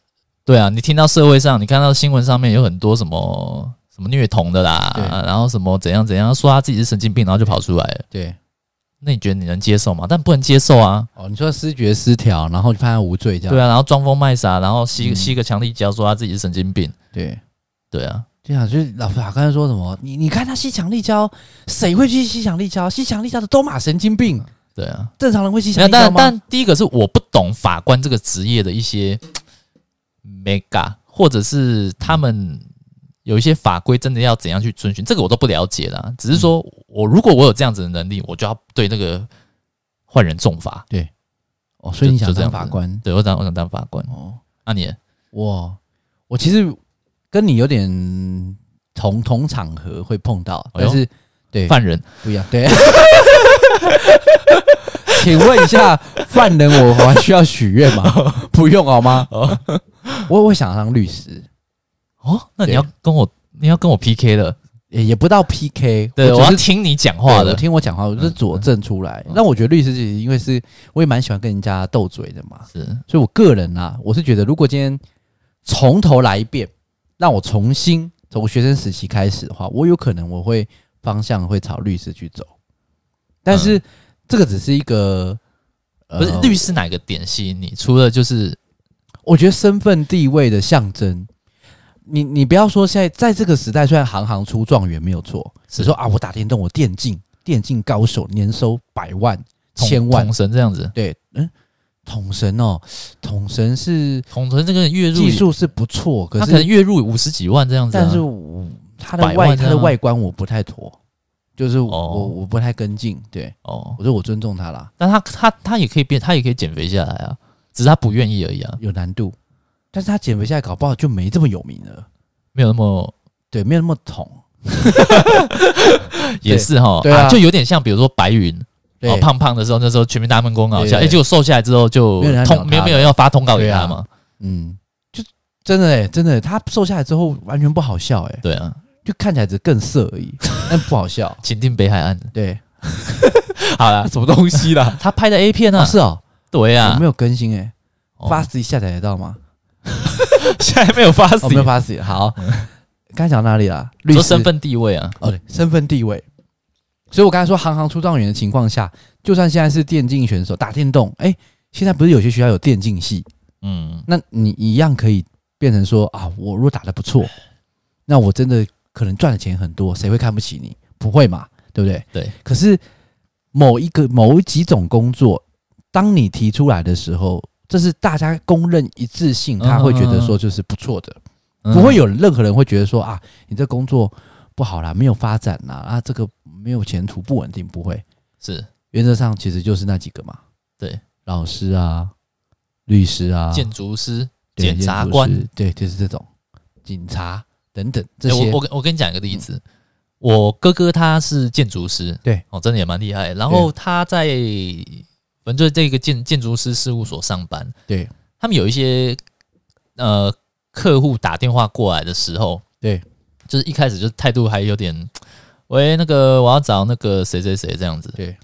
S1: 对啊，你听到社会上，你看到新闻上面有很多什么什么虐童的啦
S2: 对，
S1: 然后什么怎样怎样，说他自己是神经病，然后就跑出来了。
S2: 对，
S1: 那你觉得你能接受吗？但不能接受啊，
S2: 哦，你说失觉失调，然后就判他无罪这样，
S1: 对啊，然后装疯卖傻，然后吸、
S2: 嗯
S1: 吸个强力胶，说他自己是神经病，
S2: 对，
S1: 对啊，
S2: 就想就是老法官说什么，你你看他吸强力胶，谁会去吸强力胶？吸强力胶的都马神经病，
S1: 对啊。
S2: 正常人会吸
S1: 没
S2: 强
S1: 有，
S2: 力胶
S1: 但
S2: 吗？
S1: 但第一个是我不懂法官这个职业的一些 mega，或者是他们有一些法规真的要怎样去遵循，这个我都不了解啦。只是
S2: 嗯
S1: 说我如果我有这样子的能力，我就要对那个坏人重罚。
S2: 哦，所以你
S1: 就
S2: 想
S1: 就这
S2: 当
S1: 样
S2: 法
S1: 子
S2: 官？
S1: 对我想我想当法官，
S2: 哦，
S1: 那、你
S2: 我我其实跟你有点同同场合会碰到，
S1: 哎呦
S2: 但是对
S1: 犯人
S2: 不一样，对。 请问一下，犯人我还需要许愿 吗？不用好吗？我我想当律师，
S1: 哦，那你
S2: 对
S1: 要跟我你要跟我 PK 的，
S2: 也也不到 PK，
S1: 对我
S2: 我
S1: 要
S2: 只是
S1: 听你讲话
S2: 对我
S1: 的，
S2: 听我讲话，我就是佐证出来
S1: 嗯。
S2: 那、我觉得律师其实因为是我也蛮喜欢跟人家斗嘴的嘛，
S1: 是
S2: 所以我个人啊，我是觉得如果今天从头来一遍，让我重新从学生时期开始的话，我有可能我会方向会朝律师去走，但是、这个只是一个。
S1: 嗯
S2: 呃
S1: 不是律师哪个点吸引你？除了就是
S2: 我觉得身份地位的象征。你你不要说现在在这个时代，虽然行行出状元没有错，只说啊，我打电动，我电竞电竞高手，年收百万
S1: 统
S2: 千万
S1: 统，神这样子，
S2: 对，嗯，统神哦，统神是
S1: 统神这个月入
S2: 技术是不错，可
S1: 他
S2: 是
S1: 可能月入五十几万这样子、啊，
S2: 但是我他的
S1: 百万
S2: 外
S1: 这
S2: 他
S1: 样啊
S2: 的外观我不太妥，就是我、
S1: 哦
S2: 我我不太跟进，对
S1: 哦，
S2: 我说我尊重他啦，
S1: 但他他他也可以变，他也可以减肥下来啊，只是他不愿意而已啊，
S2: 有难度，但是他减肥下来搞不好就没这么有名了，
S1: 没有那么
S2: 对，没有那么统，
S1: 也是哈，
S2: 对啊
S1: 就有点像比如说白云
S2: 对，
S1: 哦，胖胖的时候，那时候全民大闷功搞笑，
S2: 对对
S1: 哎，结果瘦下来之后就
S2: 没有人要
S1: 通
S2: 鸟
S1: 没有
S2: 他
S1: 没有人要发通告给他嘛，
S2: 嗯，就真的哎、真的欸、他瘦下来之后完全不好笑哎、
S1: 对啊，
S2: 就看起来只更色而已， 但不好笑。
S1: 请定北海岸，
S2: 对，
S1: 好啦，
S2: 什么东西 啦？
S1: 他拍的 A 片
S2: 啊
S1: 啊，
S2: 是哦，
S1: 对
S2: 我
S1: 啊
S2: 没，有更新哎、
S1: 哦
S2: 发自己下载得到吗？
S1: 现在没有发
S2: 哦，
S1: 死
S2: 没，有发自嗯己。好，刚才讲到哪里啦？律
S1: 说
S2: 师
S1: 身份地位啊，
S2: 哦，对，身份地位。所以我刚才说行行出状元的情况下，就算现在是电竞选手打电动，哎、现在不是有些学校有电竞系，
S1: 嗯，
S2: 那你一样可以变成说啊，我如果打得不 错，那我真的可能赚的钱很多，谁会看不起你？不会嘛，对不对？
S1: 对。
S2: 可是某一个某几种工作，当你提出来的时候，这是大家公认一致性，他会觉得
S1: 嗯
S2: 说就是不错的，不会
S1: 有
S2: 有任何人会觉得说啊，你这工作不好啦，没有发展啦，啊，这个没有前途，不稳定，不会。
S1: 是
S2: 原则上其实就是那几个嘛。
S1: 对，
S2: 老师啊、律师啊、
S1: 建筑师、
S2: 对
S1: 检察
S2: 建筑
S1: 官
S2: 师对，就是这种警察等等这
S1: 欸
S2: 些。
S1: 我我跟我跟你讲一个例子，我哥哥他是建筑师，
S2: 对，
S1: 哦，真的也蛮厉害。然后他在反正就是这个建建筑师事务所上班，
S2: 对
S1: 他们有一些呃客户打电话过来的时候，
S2: 对，
S1: 就是一开始就是态度还有点，喂，那个我要找那个谁谁谁这样子，
S2: 对，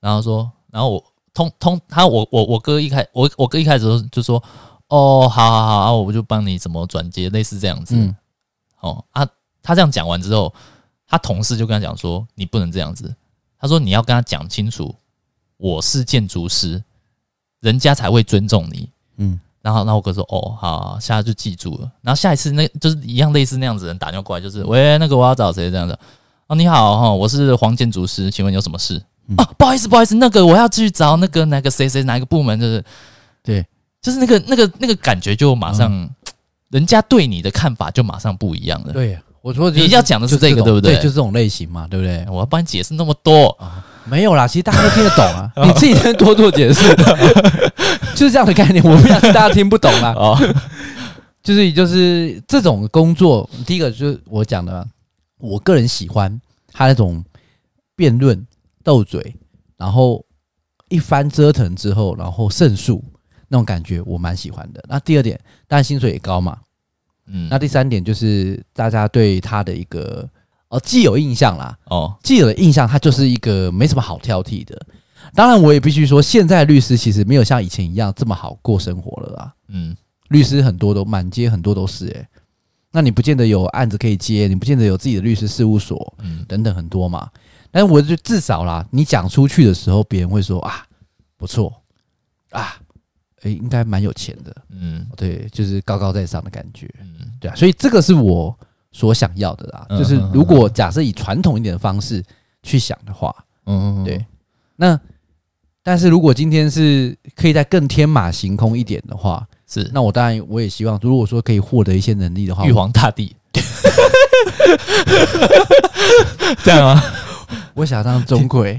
S1: 然后说，然后我通通他我我我哥一开我我哥一开始就就说，哦，好好好，啊、我就帮你怎么转接，类似这样子，
S2: 嗯，
S1: 哦啊，他这样讲完之后，他同事就跟他讲说，你不能这样子。他说你要跟他讲清楚，我是建筑师，人家才会尊重你。
S2: 嗯，
S1: 然后，然后我哥说，哦，好，好下次就记住了。然后下一次那就是一样类似那样子的人打电话过来，就是喂，那个我要找谁这样子。哦，你好哈、哦，我是黄建筑师，请问有什么事？
S2: 嗯
S1: 啊，不好意思，不好意思，那个我要去找那个哪个谁谁哪个部门，就是
S2: 对，
S1: 就是那个那个那个感觉就马上，人家对你的看法就马上不一样了。
S2: 对呀，我说
S1: 你要讲的是这个
S2: 种
S1: 对不对
S2: 对，就是这种类型嘛，对不对？
S1: 哎我要帮你解释那么多，
S2: 没有啦，其实大家都听得懂啊， 你自己先多做解 释，就是这样的概念。我不相信大家听不懂啦。
S1: 哦，
S2: 就是就是这种工作，第一个就是我讲的嘛，我个人喜欢他那种辩论、斗嘴，然后一番折腾之后，然后胜诉那种感觉，我蛮喜欢的。那第二点，当然薪水也高嘛。
S1: 嗯，
S2: 那第三点就是大家对他的一个哦既有印象啦，
S1: 哦，
S2: 既有的印象，他就是一个没什么好挑剔的。当然，我也必须说，现在律师其实没有像以前一样这么好过生活了啦。
S1: 嗯，
S2: 律师很多都满街很多都是诶、欸那你不见得有案子可以接，你不见得有自己的律师事务所
S1: 嗯，
S2: 等等很多嘛。但是我就至少啦，你讲出去的时候，别人会说啊，不错啊，诶、应该蛮有钱的，
S1: 嗯，
S2: 对，就是高高在上的感觉。
S1: 嗯，
S2: 对啊，所以这个是我所想要的啦。
S1: 嗯
S2: 就是如果假设以传统一点的方式去想的话，
S1: 嗯，
S2: 对，那但是如果今天是可以再更天马行空一点的话，
S1: 是
S2: 那我当然我也希望，如果说可以获得一些能力的话，
S1: 玉
S2: 我
S1: 皇大帝， 这样啊，
S2: 我想当 钟馗。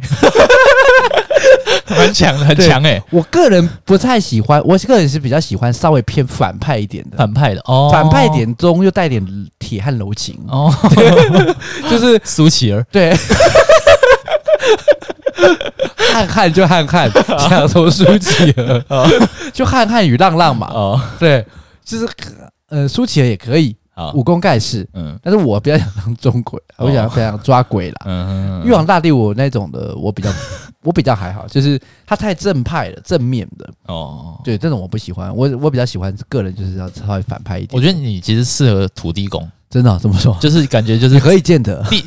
S1: 很强，很强哎，
S2: 我个人不太喜欢，我个人是比较喜欢稍微偏反派一点的，
S1: 反派的哦，
S2: 反派点中又带点铁汉柔情，
S1: 哦，
S2: 就是
S1: 苏乞儿，
S2: 对。汉汉就汉 汉，想从舒淇儿，就汉汉与浪浪嘛。
S1: 哦，
S2: 对，就是呃，舒淇儿也可以，
S1: 好，
S2: 武功盖世，
S1: 嗯，
S2: 但是我比较想当中鬼，
S1: 哦
S2: 我想非常抓鬼啦。
S1: 嗯，
S2: 玉皇大帝我那种的，我 比较我比较还好，就是他太正派了，正面的，
S1: 哦，
S2: 对这种我不喜欢。我我比较喜欢个人就是要稍微反派一点。
S1: 我觉得你其实适合土地公，
S2: 真的哦这么说，
S1: 就是感觉 就是
S2: 你可以见得，
S1: 地，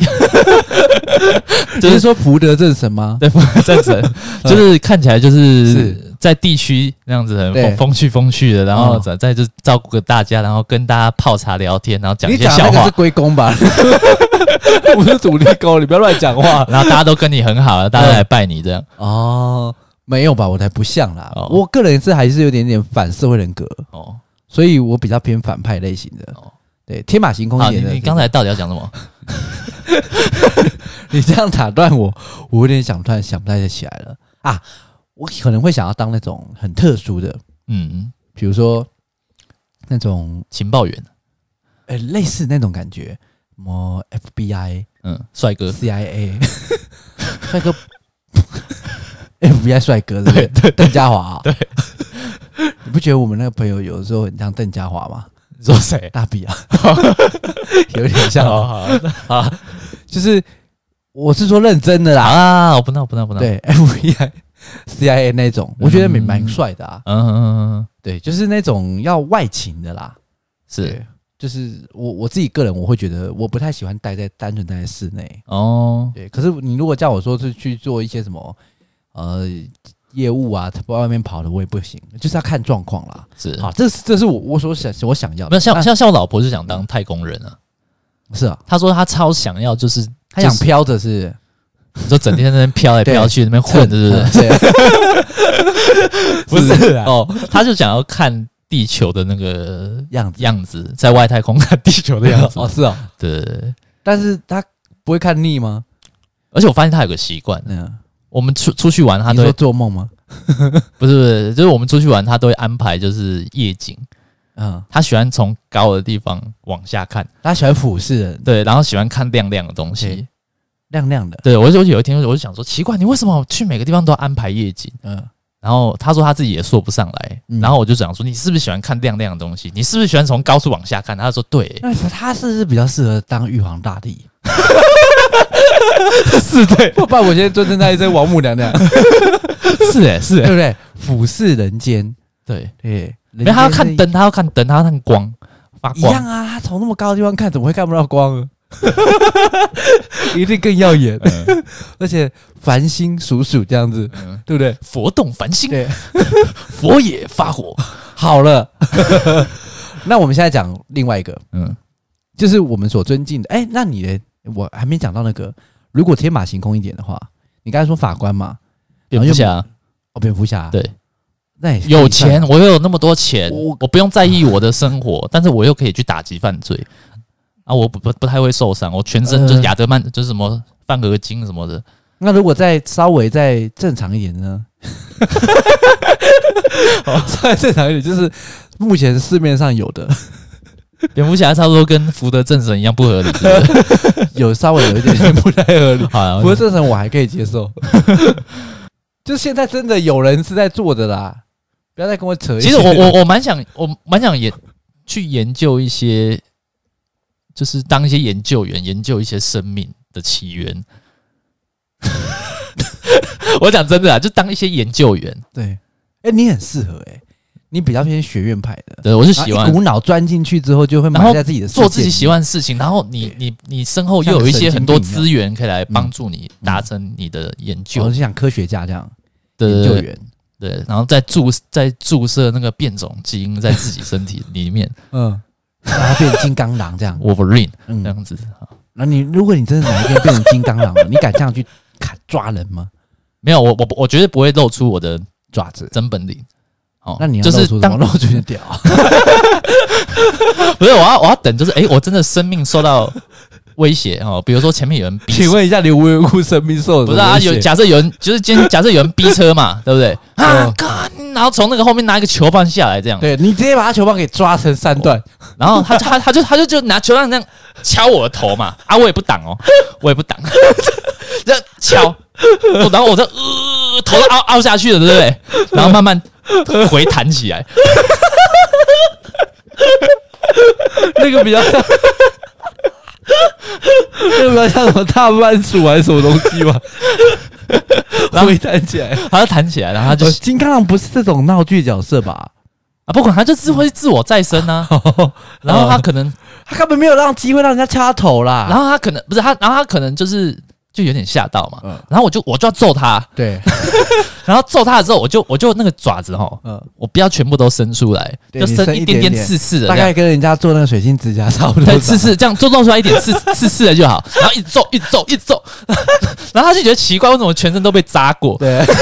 S2: 就
S1: 就是是
S2: 说福德正神吗？
S1: 对，赞成，就是看起来就是
S2: 是
S1: 在地区那样子很
S2: 对
S1: 风风趣风趣的，然后
S2: 嗯
S1: 再再就是照顾个大家，然后跟大家泡茶聊天，然后讲一
S2: 你
S1: 些
S2: 讲
S1: 笑
S2: 那个是
S1: 话，
S2: 龟公吧？ 我是土地公，你不要乱讲话
S1: 然后大家都跟你很好，大家来拜你这样。
S2: 哦。没有吧？我才不像啦！
S1: 哦
S2: 我个人是还是有点点反社会人格，
S1: 哦，
S2: 所以我比较偏反派类型的。
S1: 哦
S2: 对，天马行空
S1: 好，
S2: 一
S1: 你
S2: 点的。
S1: 你刚才到底要讲什么？
S2: 你这样打断我，我有点想突然想不太起来了啊！我可能会想要当那种很特殊的，
S1: 嗯，
S2: 比如说那种
S1: 情报员，
S2: 呃类似那种感觉，什么 FBI、
S1: 嗯，帅哥，
S2: CIA 帅哥 ，FBI 帅哥对不对？邓家华啊、对， 你不觉得我们那个朋友有的时候很像邓家华吗？
S1: 你说谁？
S2: 大笔啊， 有点像啊，
S1: 好
S2: 就是我是说认真的啦，
S1: 啊，我不闹不闹不闹。，
S2: 对 FBI、CIA 那种，我觉得蛮蛮帅的啊。
S1: 嗯嗯嗯，嗯
S2: 对，就是那种要外勤的啦。
S1: 是
S2: 对，就是我我自己个人，我会觉得我不太喜欢待在单纯待在室内。
S1: 哦，
S2: 对，可是你如果叫我说是去做一些什么呃业务啊，他不外面跑的，我也不行，就是要看状况啦。
S1: 是。
S2: 好，这是这是我我所想我想要的。
S1: 没有像
S2: 那
S1: 像像我老婆就想当太空人啊，
S2: 是啊，
S1: 她说她超想要，就是
S2: 他想
S1: 就是
S2: 飘着 是
S1: 你说整天在那边飘来飘去，那边混，对不对？
S2: 对？ 对，
S1: 不是
S2: 是啊
S1: 哦，他就想要看地球的那个
S2: 样子
S1: 样子，在外太空看地球的样子。
S2: 哦，是哦，
S1: 对对，对
S2: 但是他不会看腻吗？
S1: 而且我发现他有个习惯，
S2: 嗯，
S1: 我们出出去玩，他
S2: 你
S1: 都
S2: 说
S1: 会
S2: 做梦吗？
S1: 不是不是，就是我们出去玩，他都会安排就是夜景，
S2: 嗯，
S1: 他喜欢从高的地方往下看，
S2: 他喜欢俯视人，
S1: 对，然后喜欢看亮亮的东西。
S2: 对亮亮的，
S1: 对我就有一天我就想说，奇怪，你为什么去每个地方都要安排夜景？
S2: 嗯，
S1: 然后他说他自己也说不上来，
S2: 嗯
S1: 然后我就想说，你是不是喜欢看亮亮的东西？你是不是喜欢从高处往下看？他说对，
S2: 那他是不是比较适合当玉皇大帝？
S1: 是对，
S2: 不然我现在就正在这王母娘娘，
S1: 是哎、是、
S2: 对
S1: 欸，
S2: 不对？俯视人间，
S1: 对，
S2: 对，
S1: 因为
S2: 人间
S1: 他要看
S2: 是
S1: 灯，他要看灯，他要看光发
S2: 一
S1: 光
S2: 样，啊，他从那么高的地方看，怎么会看不到光啊？ 一定更耀 眼，
S1: 嗯
S2: 而且繁星数数这样子，
S1: 嗯
S2: 对不对？
S1: 佛动繁星，
S2: 对，
S1: 佛也发火，
S2: 好了， 那我们现在讲另外一个，
S1: 嗯，
S2: 就是我们所尊敬的。哎、那你呢？我还没讲到那个，如果天马行空一点的话，你刚才说法官嘛，
S1: 蝙蝠侠
S2: 哦，蝙蝠侠，
S1: 对，
S2: 那也是
S1: 啊有钱，我又有那么多钱，
S2: 我
S1: 我不用在意我的生活，但是我又可以去打击犯罪啊！我不不不太会受伤，我全身就是
S2: 呃
S1: 亚德曼，就是什么范格金什么的，
S2: 那如果再稍微再正常一点呢？哦稍微正常一点，就是目前市面上有的，
S1: 蝙蝠侠差不多跟福德正神一样不合理，对不对
S2: 有稍微有一点 点不太合理。
S1: 好啊，
S2: 不过正常我还可以接受， 就现在真的有人是在做的啦，不要再跟我扯一
S1: 其
S2: 些。
S1: 实我我我蛮想，我蛮想研去研究一些，就是当一些研究员，研究一些生命的起源。 我讲真的啊，就当一些研究员，
S2: 对，哎、你很适合哎、你比较偏学院派的，
S1: 对我就
S2: 然后
S1: 喜欢
S2: 啊一股脑钻进去之后，就会
S1: 然后
S2: 埋在自己的世界
S1: 做自己
S2: 里
S1: 喜欢的事情，然后你你你身后又有一些很多资源可以
S2: 嗯
S1: 来帮助你达成你的研
S2: 我
S1: 究
S2: 哦就想科学家这样，研究
S1: 的
S2: 员，
S1: 对，然后再注再注射那个变种基因在自己身体里面
S2: 嗯，然后变金刚狼这 样，
S1: ，Wolverine
S2: 嗯
S1: 这，样子，
S2: 那你如果你真的哪一天变成金刚狼了，你敢这样去砍抓人吗？
S1: 没有我我我绝对不会露出我的
S2: 爪子？
S1: 真本领。哦
S2: 那你要
S1: 就
S2: 露
S1: 是
S2: 出 什么？
S1: 当
S2: 露出你的屌？
S1: 不是我要我要等，就是诶，我真的生命受到威胁哦，比如说前面有人逼
S2: 请问一下，你无缘无故生命受
S1: 不是啊，有假设有人就是今天假设有人逼车嘛， 对不对？啊
S2: 嗯，
S1: 干然后从那个后面拿一个球棒下来这样，
S2: 对你直接把他球棒给抓成三段，
S1: 然后他就他他就他就就拿球棒这样敲我的头嘛，啊，我也不 挡哦，我也不挡， 这样敲，我然后我就呃头都凹凹下去了，对不对？然后慢慢回弹起来，
S2: 那个比较像， 那个比较像什么大番薯还是什么东西 吧？
S1: 然后
S2: 回弹起来，
S1: 他就弹起来，然后他就
S2: 呃金刚狼不是这种闹剧角色 吧？
S1: 啊不管他就自会自我再生啊，然后他
S2: 呃
S1: 可能
S2: 他根本没有让机会让人家掐头啦。
S1: 哦然后他可能不是他，然后他可能就是就有点吓到嘛，
S2: 嗯
S1: 然后我就我就要揍他，
S2: 对，
S1: 然后揍他了之后，我就我就那个爪子哈，
S2: 嗯，
S1: 我不要全部都伸出来，
S2: 对
S1: 就
S2: 你
S1: 伸
S2: 伸一
S1: 一点
S2: 点
S1: 点
S2: 点
S1: 刺刺的
S2: 大
S1: 这样
S2: 概。跟人家做那个水晶指甲 差不多
S1: 对，。刺刺这样就露出来一点刺刺刺的就好，然后一直揍，一直揍，一直揍， 然后他就觉得奇怪，为什么全身都被扎过？
S2: 对。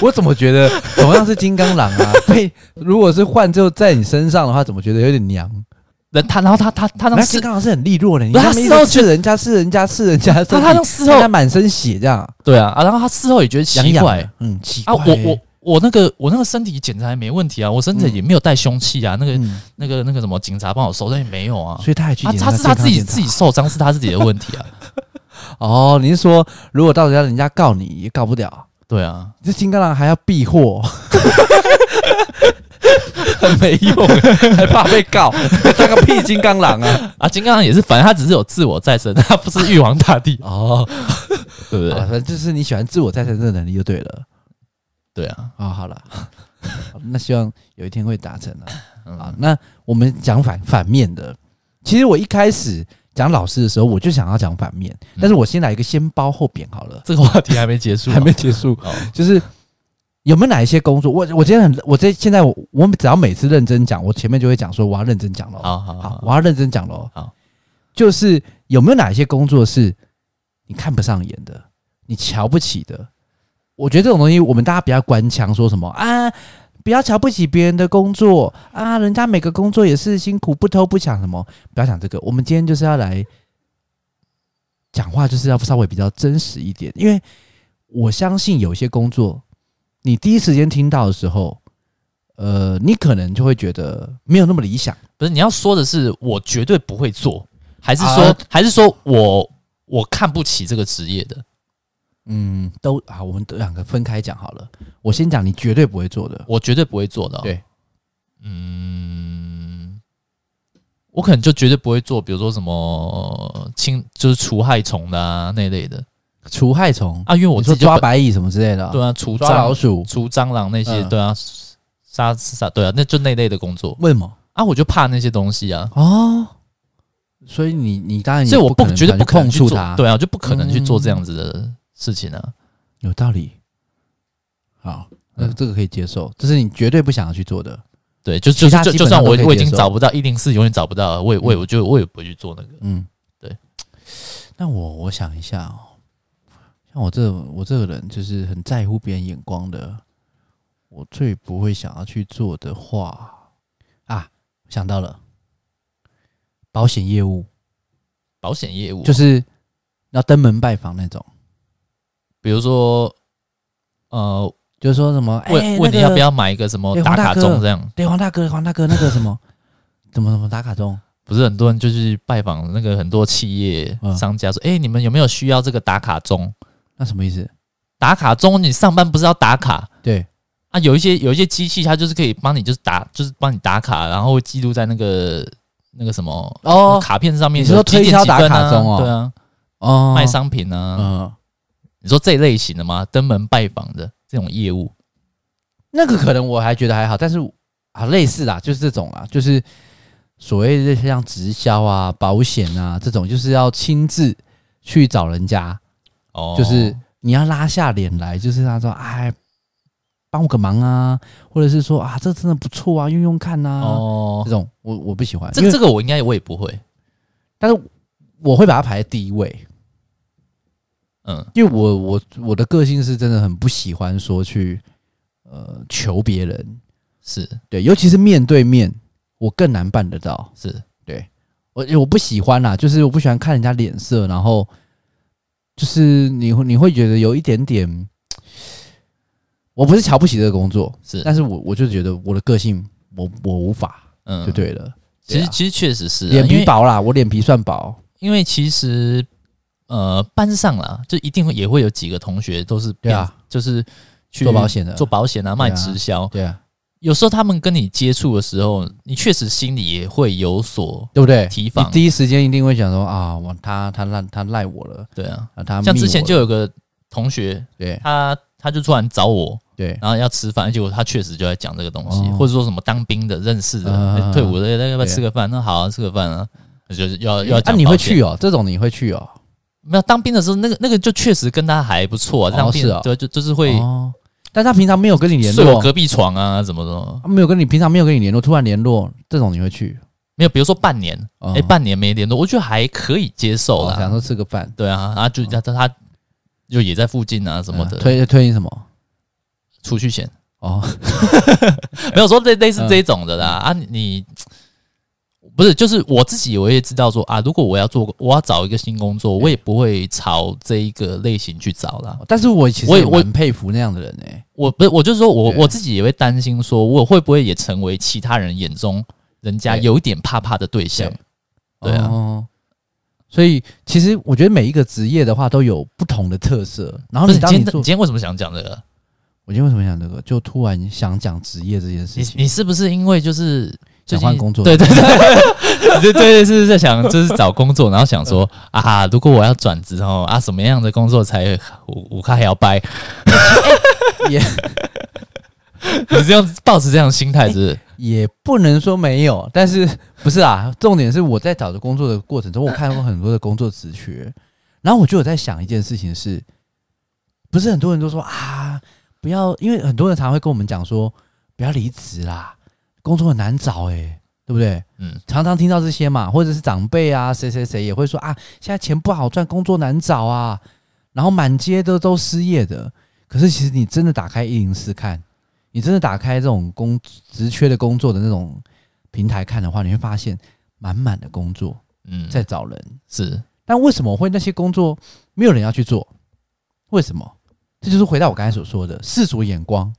S2: 我怎么觉得同样是金刚狼 啊？被如果是换就在你身上的话，怎么觉得有点娘？
S1: 人他，然后他他他
S2: 那
S1: 当
S2: 金
S1: 事，
S2: 刚狼是很利落的，你
S1: 不是
S2: 看
S1: 他
S2: 们一
S1: 事
S2: 直
S1: 后
S2: 刺人家，刺人家，刺人家的身
S1: 他
S2: 体，
S1: 他当事
S2: 人
S1: 后
S2: 家满身血这样，
S1: 对啊啊，然后他事后也觉得
S2: 痒
S1: 奇
S2: 痒
S1: 怪
S2: 的，嗯，奇怪
S1: 啊，
S2: 欸。
S1: 我我我那个我那个身体检查也没问题啊，我身体也没有带凶器啊，那个
S2: 嗯，
S1: 那个那个什么警察帮我收，但也没有啊，
S2: 所以他也去
S1: 啊，
S2: 检查
S1: 他是他
S2: 健康
S1: 自己
S2: 检查
S1: 自己受伤是他自己的问题啊，
S2: 哦，你是说如果到人家人家告你也告不了，
S1: 对啊，
S2: 这金刚狼还要避祸， 很没用，还怕被告，当个屁金刚狼啊！，
S1: 啊，金刚狼也是，反正他只是有自我再生， 他不是玉皇大帝
S2: 哦，
S1: 对不
S2: 反
S1: 对？
S2: 正就是你喜欢自我再生的能力就对了。
S1: 对啊，
S2: 啊、好了，那希望有一天会达成啊。啊
S1: 嗯，
S2: 那我们讲反反面的，其实我一开始讲老师的时候，我就想要讲反面，但是我先来一个先褒后贬好了，
S1: 这个话题还没结束啊，
S2: 还没结束，
S1: 哦，
S2: 就是有没有哪一些工作，我我今天很，我这现在我我只要每次认真讲，我前面就会讲说我要认真讲喽，
S1: 好好好，
S2: 我要认真讲喽，
S1: 好，
S2: 就是有没有哪一些工作是你看不上眼的，你瞧不起的？我觉得这种东西，我们大家不要官腔，说什么啊，不要瞧不起别人的工作啊，人家每个工作也是辛苦，不偷不抢什么，不要讲这个。我们今天就是要来讲话，就是要稍微比较真实一点，因为我相信有些工作，你第一时间听到的时候，呃，你可能就会觉得没有那么理想。
S1: 不是你要说的是我绝对不会做，还是
S2: 啊
S1: 说、还是说我我看不起这个职业的？
S2: 嗯，都啊，我们都两个分开讲好了。我先讲你绝对不会做的，
S1: 我绝对不会做的、哦。
S2: 对，
S1: 嗯，我可能就绝对不会做，比如说什么清就是除害虫的啊那类的
S2: 除害虫，
S1: 啊，因为我
S2: 你
S1: 自
S2: 说
S1: 己就
S2: 抓
S1: 本
S2: 白蚁什么之类的啊，
S1: 对啊，除
S2: 抓老
S1: 蟑
S2: 鼠，
S1: 除蟑螂那些、
S2: 嗯
S1: 对啊，杀杀对啊，那就那类的工作
S2: 为什么？
S1: 啊，我就怕那些东西啊，
S2: 哦，所以你你当然也
S1: 所以我
S2: 不
S1: 绝对
S2: 不
S1: 不可
S2: 碰
S1: 能去
S2: 触
S1: 做，
S2: 它，，
S1: 对啊，我就不可能去做
S2: 嗯
S1: 这样子的事情啊。
S2: 有道理。好，那
S1: 嗯
S2: 这个可以接受，这是你绝对不想要去做的。
S1: 对，就就
S2: 其他
S1: 就
S2: 基
S1: 就
S2: 本上
S1: 算
S2: 都
S1: 我
S2: 可以
S1: 我已
S2: 接
S1: 经
S2: 受
S1: 找不到一零四，永远找不到了，我也我也
S2: 嗯
S1: 我就我也不会去做那个。
S2: 嗯，
S1: 对。
S2: 那我我想一下哦，像我这我这个人就是很在乎别人眼光的，我最不会想要去做的话啊，想到了，保险业务
S1: 保险业务
S2: 就是要登门拜访那种，
S1: 比如说，呃，
S2: 就是说什么哎、
S1: 问问你
S2: 那个
S1: 要不要买一个什么
S2: 哎
S1: 打
S2: 黄大
S1: 卡
S2: 哥
S1: 钟这样？
S2: 对，黄大哥，黄大哥，那个什么，怎么怎么打卡中？
S1: 不是很多人就是拜访那个很多企业
S2: 嗯
S1: 商家说，哎、你们有没有需要这个打卡钟？
S2: 那什么意思？
S1: 打卡钟，你上班不是要打卡
S2: 对，
S1: 啊？有一些有一些机器，它就是可以帮你，就是打，就是帮你打卡，然后会记录在那个那个什么、
S2: 哦
S1: 卡片上面。
S2: 你是说
S1: 几点
S2: 推销
S1: 几分
S2: 打卡
S1: 啊
S2: 钟哦
S1: 对啊，
S2: 哦
S1: 卖，商品啊，
S2: 嗯，
S1: 你说这一类型的吗？登门拜访的这种业务，
S2: 那个可能我还觉得还好，但是啊，类似啦，就是这种啊，就是所谓的像直销啊、保险啊这种，就是要亲自去找人家，
S1: 哦
S2: 就是你要拉下脸来，就是他说，哎，帮我个忙啊，或者是说啊，这真的不错啊，用用看呐、啊，
S1: 哦
S2: 这，种我我不喜欢，啊因
S1: 这
S2: 为
S1: 这个我应该我也不会，
S2: 但是我会把它排在第一位。
S1: 嗯，
S2: 因为我我我的个性是真的很不喜欢说去呃求别人，
S1: 是
S2: 对，尤其是面对面，我更难办得到。
S1: 是，
S2: 我我不喜欢啦，就是我不喜欢看人家脸色，然后就是你会你会觉得有一点点，我不是瞧不起这个工作，
S1: 是
S2: 但是我我就觉得我的个性我我无法，
S1: 嗯，
S2: 就对了。
S1: 其
S2: 对
S1: 实
S2: 啊
S1: 其实确实是啊、
S2: 脸
S1: 因
S2: 皮
S1: 为
S2: 薄啦，我脸皮算薄，
S1: 因为其实呃班上啦，就一定会也会有几个同学都是
S2: 对啊
S1: 变，就是去
S2: 做保险的
S1: 做保险啊，卖直销。
S2: 对啊，
S1: 有时候他们跟你接触的时候，你确实心里也会有所
S2: 对不对？
S1: 提
S2: 你
S1: 防，
S2: 第一时间一定会想说啊，我他他赖他赖我了，
S1: 对啊。
S2: 啊他
S1: 像
S2: 密
S1: 之前
S2: 我
S1: 就
S2: 了
S1: 有个同学，
S2: 对
S1: 他他就突然找我，
S2: 对，
S1: 然后要吃饭，结果他确实就在讲这个东西，
S2: 哦
S1: 或者说什么当兵的、认识的、
S2: 嗯
S1: 哎退伍的，哎要不要
S2: 对
S1: 吃个饭？那好、啊，吃个饭啊，就是要要
S2: 啊，
S1: 讲
S2: 你
S1: 保
S2: 会
S1: 险
S2: 去哦？这种你会去哦？
S1: 没有当兵的时候，那个那个就确实跟他还不错、啊，
S2: 哦
S1: 当兵、
S2: 是哦
S1: 对，就就是会
S2: 哦，但他平常没有跟你联
S1: 睡我
S2: 络，
S1: 隔壁床啊，怎么怎么
S2: 啊没有跟你平常没有跟你联络，突然联络，这种你会去？
S1: 没有，比如说半年，哎、
S2: 哎
S1: 半年没联络，我觉得还可以接受
S2: 哦想
S1: 啦。
S2: 说吃个饭
S1: 对啊，啊就他他他就也在附近啊什么
S2: 嗯
S1: 的，
S2: 推推你什么？
S1: 储蓄险
S2: 哦，
S1: 没有说类类
S2: 嗯
S1: 似这一种的啦。啊，你你不是就是我自己我也知道说啊，如果我要做我要找一个新工作，我
S2: 嗯
S1: 也不会朝这一个类型去找啦。
S2: 但是我其实
S1: 我
S2: 也
S1: 我
S2: 蛮佩服那样的人哎，
S1: 我不是，我就是说我
S2: 对
S1: 我自己也会担心，说我会不会也成为其他人眼中人家
S2: 对
S1: 有一点怕怕的对象？对啊
S2: 哦。所以其实我觉得每一个职业的话都有不同的特色，然后
S1: 不是，你
S2: 你当
S1: 今
S2: 你
S1: 天你
S2: 做
S1: 今，天为什么想讲这个？
S2: 我今天为什么想这个？就突然想讲职业这件事
S1: 你
S2: 情，
S1: 你是不是因为就是最
S2: 想
S1: 近
S2: 换工作
S1: 对对对， 你这对是在想就是找工作，然后想说啊，如果我要转职哦啊，什么样的工作才五五开还要掰？
S2: 也
S1: 你是用抱持这样的心态是不
S2: 哎
S1: 是？
S2: 也不能说没有，但是 不是啊？重点是我在找的工作的过程中，我看过很多的工作职缺，然后我就有在想一件事情是，不是很多人都说啊，不要，因为很多人常会跟我们讲说，不要离职啦，工作很难找、欸，对不对？
S1: 嗯，
S2: 常常听到这些嘛，或者是长辈啊，谁谁谁也会说啊，现在钱不好赚，工作难找啊，然后满街的都失业的。可是其实你真的打开一零四看，你真的打开这种工职缺的工作的那种平台看的话，你会发现满满的工作
S1: 嗯，
S2: 在找人。
S1: 是
S2: 但为什么会那些工作没有人要去做？为什么？这就是回到我刚才所说的世俗眼光，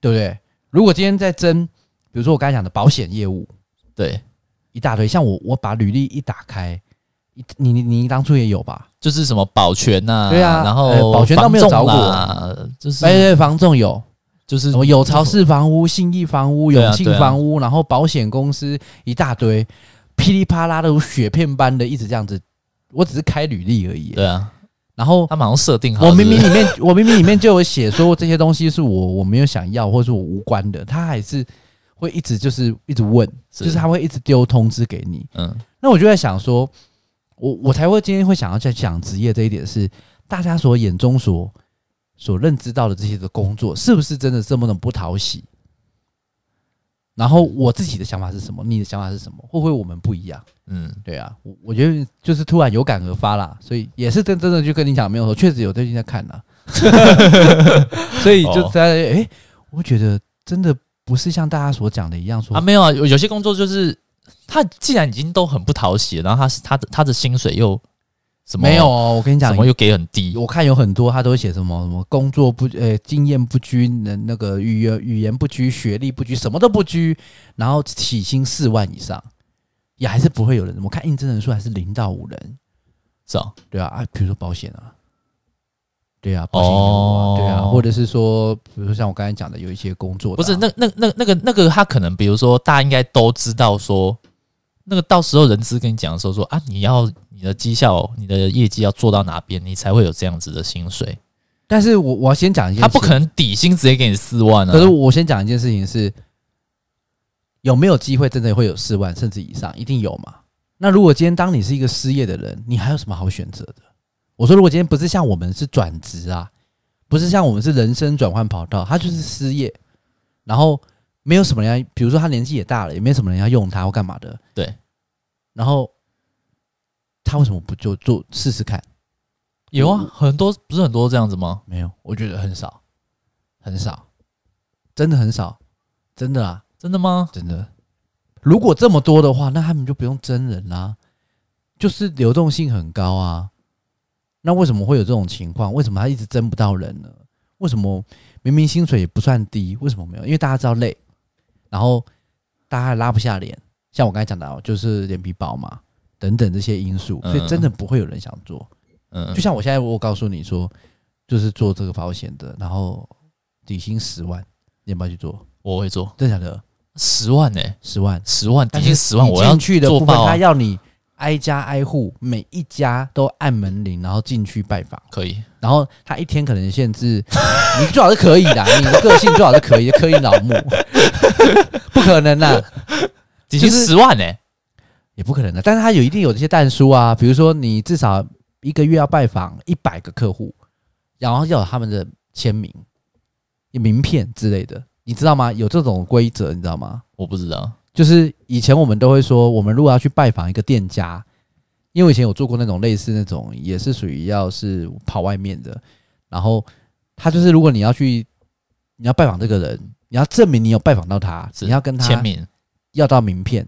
S2: 对不对？如果今天在争，比如说我刚才讲的保险业务
S1: 对，
S2: 一大堆，像我我把履历一打开，一你你你当初也有吧？
S1: 就是什么保全呐、
S2: 对啊
S1: 然
S2: 呃
S1: 后
S2: 保全倒没有找过
S1: 啊，就是
S2: 哎、对，房仲有，
S1: 就是
S2: 什么有巢式房屋、信义房屋、
S1: 哦对啊
S2: 永庆
S1: 对啊
S2: 房屋，然后保险公司一大堆，噼里啪啦的如雪片般的一直这样子。我只是开履历而已，
S1: 对啊，
S2: 然后
S1: 他们好像设定好，
S2: 我明
S1: 是
S2: 明
S1: 不是
S2: 里面，我明明里面就有写说这些东西是我我没有想要，或是我无关的，他还是会一直就是一直问，
S1: 是
S2: 就是他会一直丢通知给你。
S1: 嗯，
S2: 那我就在想说，我我才会今天会想要在讲职业这一点是大家所眼中所所认知到的这些的工作，是不是真的这么的不讨喜？然后我自己的想法是什么？你的想法是什么？会不会我们不一样？
S1: 嗯，
S2: 对啊，我我觉得就是突然有感而发啦，所以也是真真的就跟你讲没有错，确实有最近在看啦， 所以就在哎、诶我觉得真的不是像大家所讲的一样说，
S1: 啊，没有啊，有有些工作就是他既然已经都很不讨喜了，然后他是他的他的薪水又什么
S2: 没有哦，我跟你讲
S1: 什，么又给很低，
S2: 我看有很多他都会写什么什么工作不呃经验不均，那那个语言语言不拘，学历不拘，什么都不拘，然后起薪四万以上，也还是不会有人，我看应征人数还是零到五人，
S1: 是吧？
S2: 对啊，啊，比如说保险啊，对啊，保险业务啊，对啊，
S1: 哦
S2: 或者是说，比如说像我刚才讲的，有一些工作的啊、
S1: 不是那那那那个那个他可能比如说大家应该都知道说，那个到时候人资跟你讲的时候说啊，你要你的绩效、你的业绩要做到哪边，你才会有这样子的薪水。
S2: 但是我我要先讲一件事，啊
S1: 他不可能底薪直接给你四万啊。
S2: 可是我先讲一件事情是，有没有机会真的会有四万甚至以上，一定有嘛？那如果今天当你是一个失业的人，你还有什么好选择的？我说，如果今天不是像我们是转职啊，不是像我们是人生转换跑道，他就是失业，然后没有什么人要，比如说他年纪也大了，也没什么人要用他或干嘛的，
S1: 对。
S2: 然后他为什么不就做试试看？
S1: 有啊，很多不是很多这样子吗？
S2: 没有，我觉得很少，很少，真的很少，真的啊。
S1: 真的吗？
S2: 真的。如果这么多的话，那他们就不用真人啦、就是流动性很高啊。那为什么会有这种情况？为什么他一直争不到人呢？为什么明明薪水也不算低，为什么没有？因为大家知道累，然后大家还拉不下脸，像我刚才讲到，就是脸皮薄嘛，等等这些因素，所以真的不会有人想做。
S1: 嗯
S2: 就，像我现在我告诉你说，就是做这个保险的，然后底薪十万，你要不要去做？
S1: 我会做
S2: 真的假的？
S1: 十万呢、
S2: 十万？
S1: 十万底
S2: 但
S1: 薪
S2: 是
S1: 十万，
S2: 你
S1: 我要
S2: 进去的部
S1: 做
S2: 分，
S1: 爆、
S2: 他
S1: 啊、
S2: 要你挨家挨户，每一家都按门铃，然后进去拜访。
S1: 可以。
S2: 然后他一天可能限制， 你最好是可以的，你的个性最好是可以，可以老木， 不可能啦，
S1: 底薪
S2: 就是
S1: 十万呢、
S2: 也不可能的。啊但是他有一定有这些蛋书啊，比如说你至少一个月要拜访一百个客户，然后要有他们的签名、名片之类的，你知道吗？有这种规则，你知道吗？
S1: 我不知道。
S2: 就是以前我们都会说，我们如果要去拜访一个店家，因为我以前有做过那种类似那种，也是属于要是跑外面的，然后他就是如果你要去，你要拜访这个人，你要证明你有拜访到他，
S1: 是
S2: 你要跟
S1: 签
S2: 他
S1: 名
S2: 要到名片，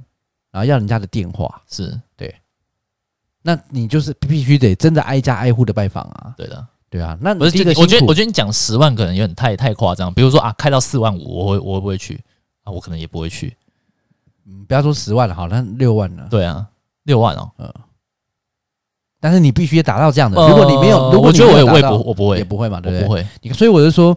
S2: 然后要人家的电话，
S1: 是
S2: 那你就是必须得真的挨家挨户的拜访啊，
S1: 对的，
S2: 对啊，那
S1: 不是
S2: 第一
S1: 就
S2: 个
S1: 你我觉得
S2: 辛苦
S1: 我觉得你讲十万可能有点太太夸张。比如说啊，开到四万五，我会我会不会去啊？我可能也不会去。
S2: 嗯不要说十万了，好，那六万了，
S1: 对啊，六万哦。
S2: 但是你必须达到这样的，如果你没有，
S1: 呃
S2: 如果
S1: 我
S2: 你
S1: 觉得
S2: 没
S1: 我也我
S2: 有达
S1: 也
S2: 到
S1: 不我不会
S2: 也不会嘛，对不
S1: 我
S2: 对
S1: 不？会
S2: 你所以我就说，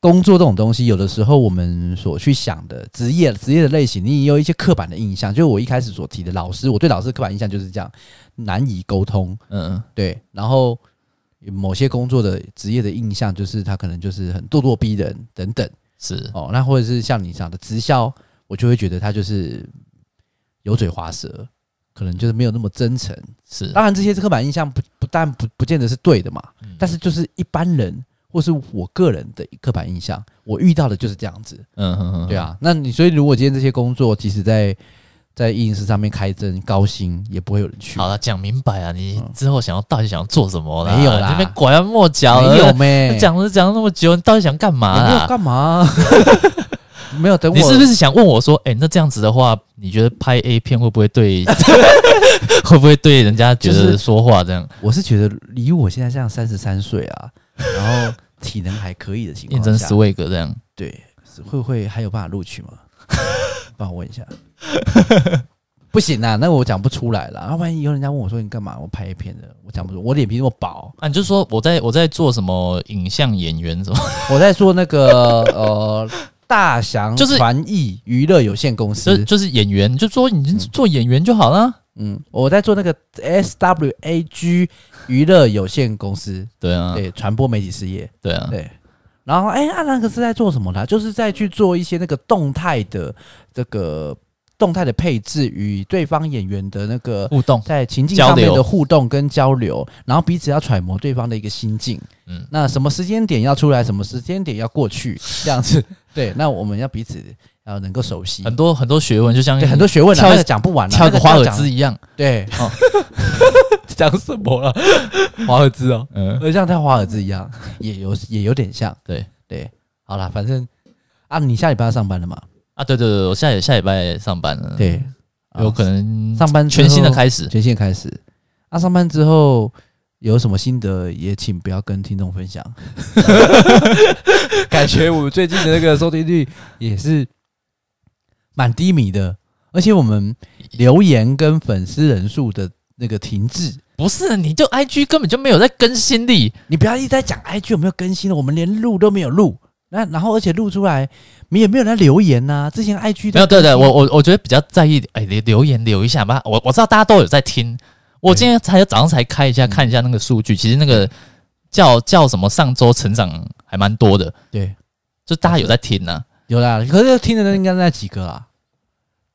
S2: 工作这种东西，有的时候我们所去想的职业、职业的类型，你有一些刻板的印象。就是我一开始所提的老师，我对老师的刻板印象就是这样，难以沟通。
S1: 嗯
S2: 对，然后某些工作的职业的印象，就是他可能就是很咄咄逼人等等。
S1: 是
S2: 哦，那或者是像你讲的直销，我就会觉得他就是油嘴滑舌，可能就是没有那么真诚。
S1: 是
S2: 当然，这些刻板印象不不但不不见得是对的嘛，但是就是一般人或是我个人的刻板印象，我遇到的就是这样子。
S1: 嗯嗯嗯
S2: 对，啊，那你所以如果今天这些工作，即使在在应试上面开征高薪，也不会有人去。
S1: 好了，讲明白啊，你之后想要到底想要做什么啦？
S2: 嗯没有啦
S1: 这边拐弯抹角了，
S2: 没有咩，
S1: 讲了讲了那么久，你到底想干嘛
S2: 你没有
S1: 啦？
S2: 干嘛？没有等我，
S1: 你是不是想问我说，哎、那这样子的话，你觉得拍 A 片会不会对， 会不会对人家觉
S2: 就是
S1: 得说话这样？
S2: 我是觉得以我现在这样三十三岁啊，然后体能还可以的情
S1: 验
S2: 况
S1: 证
S2: 下，
S1: swag 这样。
S2: 对，会不会还有办法录取吗？ 帮我 问一下。不行啊，那我讲不出来了。要啊万一以后人家问我说你干嘛，我拍一片的，我讲不出。我脸皮那么薄，
S1: 啊，你就说我在我在做什么影像演员什么，
S2: 我在做那个呃大祥
S1: 就是
S2: 传艺娱乐有限公
S1: 就
S2: 司，
S1: 就是演员，你就说你做演员就好啦。
S2: 嗯，我在做那个 S W A G 娱乐有限公司，
S1: 对啊，
S2: 对，传播媒体事业，
S1: 对啊，
S2: 对。然后，哎、阿兰克是在做什么的啊？就是在去做一些那个动态的这个动态的配置与对方演员的那个
S1: 互动。
S2: 在情境上
S1: 交
S2: 面
S1: 流
S2: 的互动跟交流，然后彼此要揣摩对方的一个心境。
S1: 嗯
S2: 嗯，那什么时间点要出来，什么时间点要过去，这样 子。对，那我们要彼此要能够熟悉，
S1: 很多很多学问，就像
S2: 对很多学问啊，
S1: 跳一
S2: 那个讲不完啊，
S1: 跳
S2: 那
S1: 个
S2: 个
S1: 华尔
S2: 要讲
S1: 兹一样，
S2: 对，
S1: 讲什么 了？
S2: 华尔兹哦，
S1: 嗯，
S2: 呃，像跳华尔兹一样，也有也有点像。
S1: 对
S2: 对，好啦，反正啊，你下礼拜要上班了嘛？
S1: 啊，对对对，我下礼下礼拜上班了，，
S2: 对，
S1: 嗯有
S2: 啊
S1: 可能
S2: 上班之
S1: 全新的
S2: 后
S1: 开始。
S2: 全新的开始。那、上班之后有什么心得，也请不要跟听众 分享。感觉我们最近的那个收听率也是蛮低迷的，而且我们留言跟粉丝人数的那个停滞。
S1: 不是，你就 IG 根本就没有在更新力，
S2: 你不要一直在讲 IG 有没有更新了，我们连录都没有录。那然后而且录出来，你也没有人来留言呐、之前 IG
S1: 没有，
S2: 的
S1: 对对，我我我觉得比较在意，哎，留留言留一下吧。我我知道大家都有在听，我今天才早上才开一下
S2: 嗯
S1: 看一下那个数据，其实那个叫叫什么上周成长还蛮多的，
S2: 对
S1: 就大家有在听啊呢、
S2: 有啦，可是听的人应该那几个啦。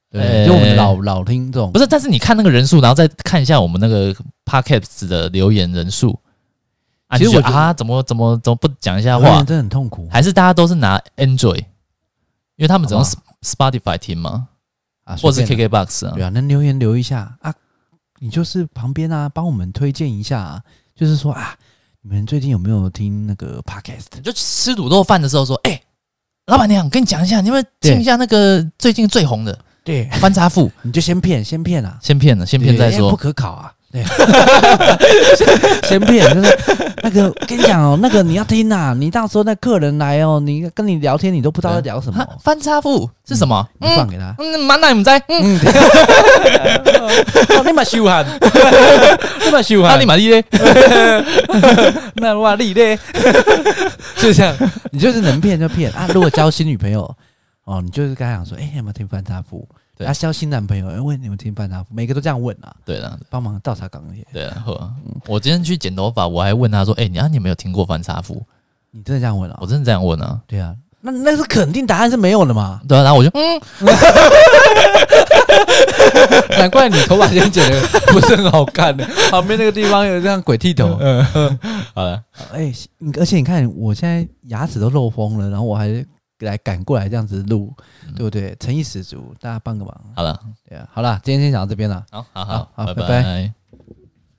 S2: 对，
S1: 哎
S2: 就我们老老听众
S1: 不，是，但是你看那个人数，然后再看一下我们那个 podcast 的留言人数，啊，
S2: 其实
S1: 你就觉
S2: 我觉
S1: 得
S2: 得
S1: 啊，怎么怎么怎么不讲一下
S2: 留
S1: 话
S2: 言，真的很痛苦
S1: 还是大家都是拿 Android，因为他们只用
S2: 好
S1: Sp- Spotify 听嘛，
S2: 啊，
S1: 或者是
S2: 随便啦
S1: KKBox 啊
S2: 对，啊，能留言留一下啊，你就是旁边啊，帮我们推荐一下、啊，就是说啊，你们最近有没有听那个 podcast？
S1: 你就吃卤肉饭的时候说，哎、老板娘，我跟你讲一下，你们听一下那个最近最红的
S2: 对，
S1: 《翻查富》
S2: 你就先骗，先骗啊，
S1: 先骗了，先
S2: 对
S1: 骗再
S2: 哎不
S1: 说。
S2: 可考啊。对， 先骗就是那个，跟你讲哦，那个你要听啊，你到时候那客人来哦，你跟你聊天，你都不知道在聊什么
S1: 啊，翻查富是什么？
S2: 你放给他。
S1: 嗯，满奶唔知，嗯，
S2: 嗯，哦你嘛修 汗，你嘛修
S1: 那
S2: 汗
S1: 你，买一嘞，
S2: 那哇你嘞， 就这样，你就是能骗就骗啊。如果交新女朋友，哦，你就是跟他讲说，哎、有没有听翻差夫？
S1: 对
S2: 啊，交新男朋友，哎问你有没有听翻差夫，每个都这样问啊，
S1: 对了，
S2: 帮忙倒茶岗一些。
S1: 对了，呵我今天去剪头发，我还问他说，哎、你啊，你有没有听过翻查富？
S2: 你真的这样问啊
S1: 我？真的这样问啊。
S2: 对啊，那那是肯定答案是没有的嘛，
S1: 对啊，然后我就嗯，
S2: 难怪你头发先剪的不是很好看嗯的， 旁边那个地方有这样鬼剃头。
S1: 好了，
S2: 哎、你而且你看，我现在牙齿都漏风了，然后我还来赶过来这样子录，
S1: 嗯
S2: 对不对？诚意十足，大家帮个忙。
S1: 好了，
S2: 对啊，好啦，今天先讲到这边啦。
S1: 好好
S2: 好
S1: 好，
S2: 好
S1: 拜
S2: 拜
S1: 拜。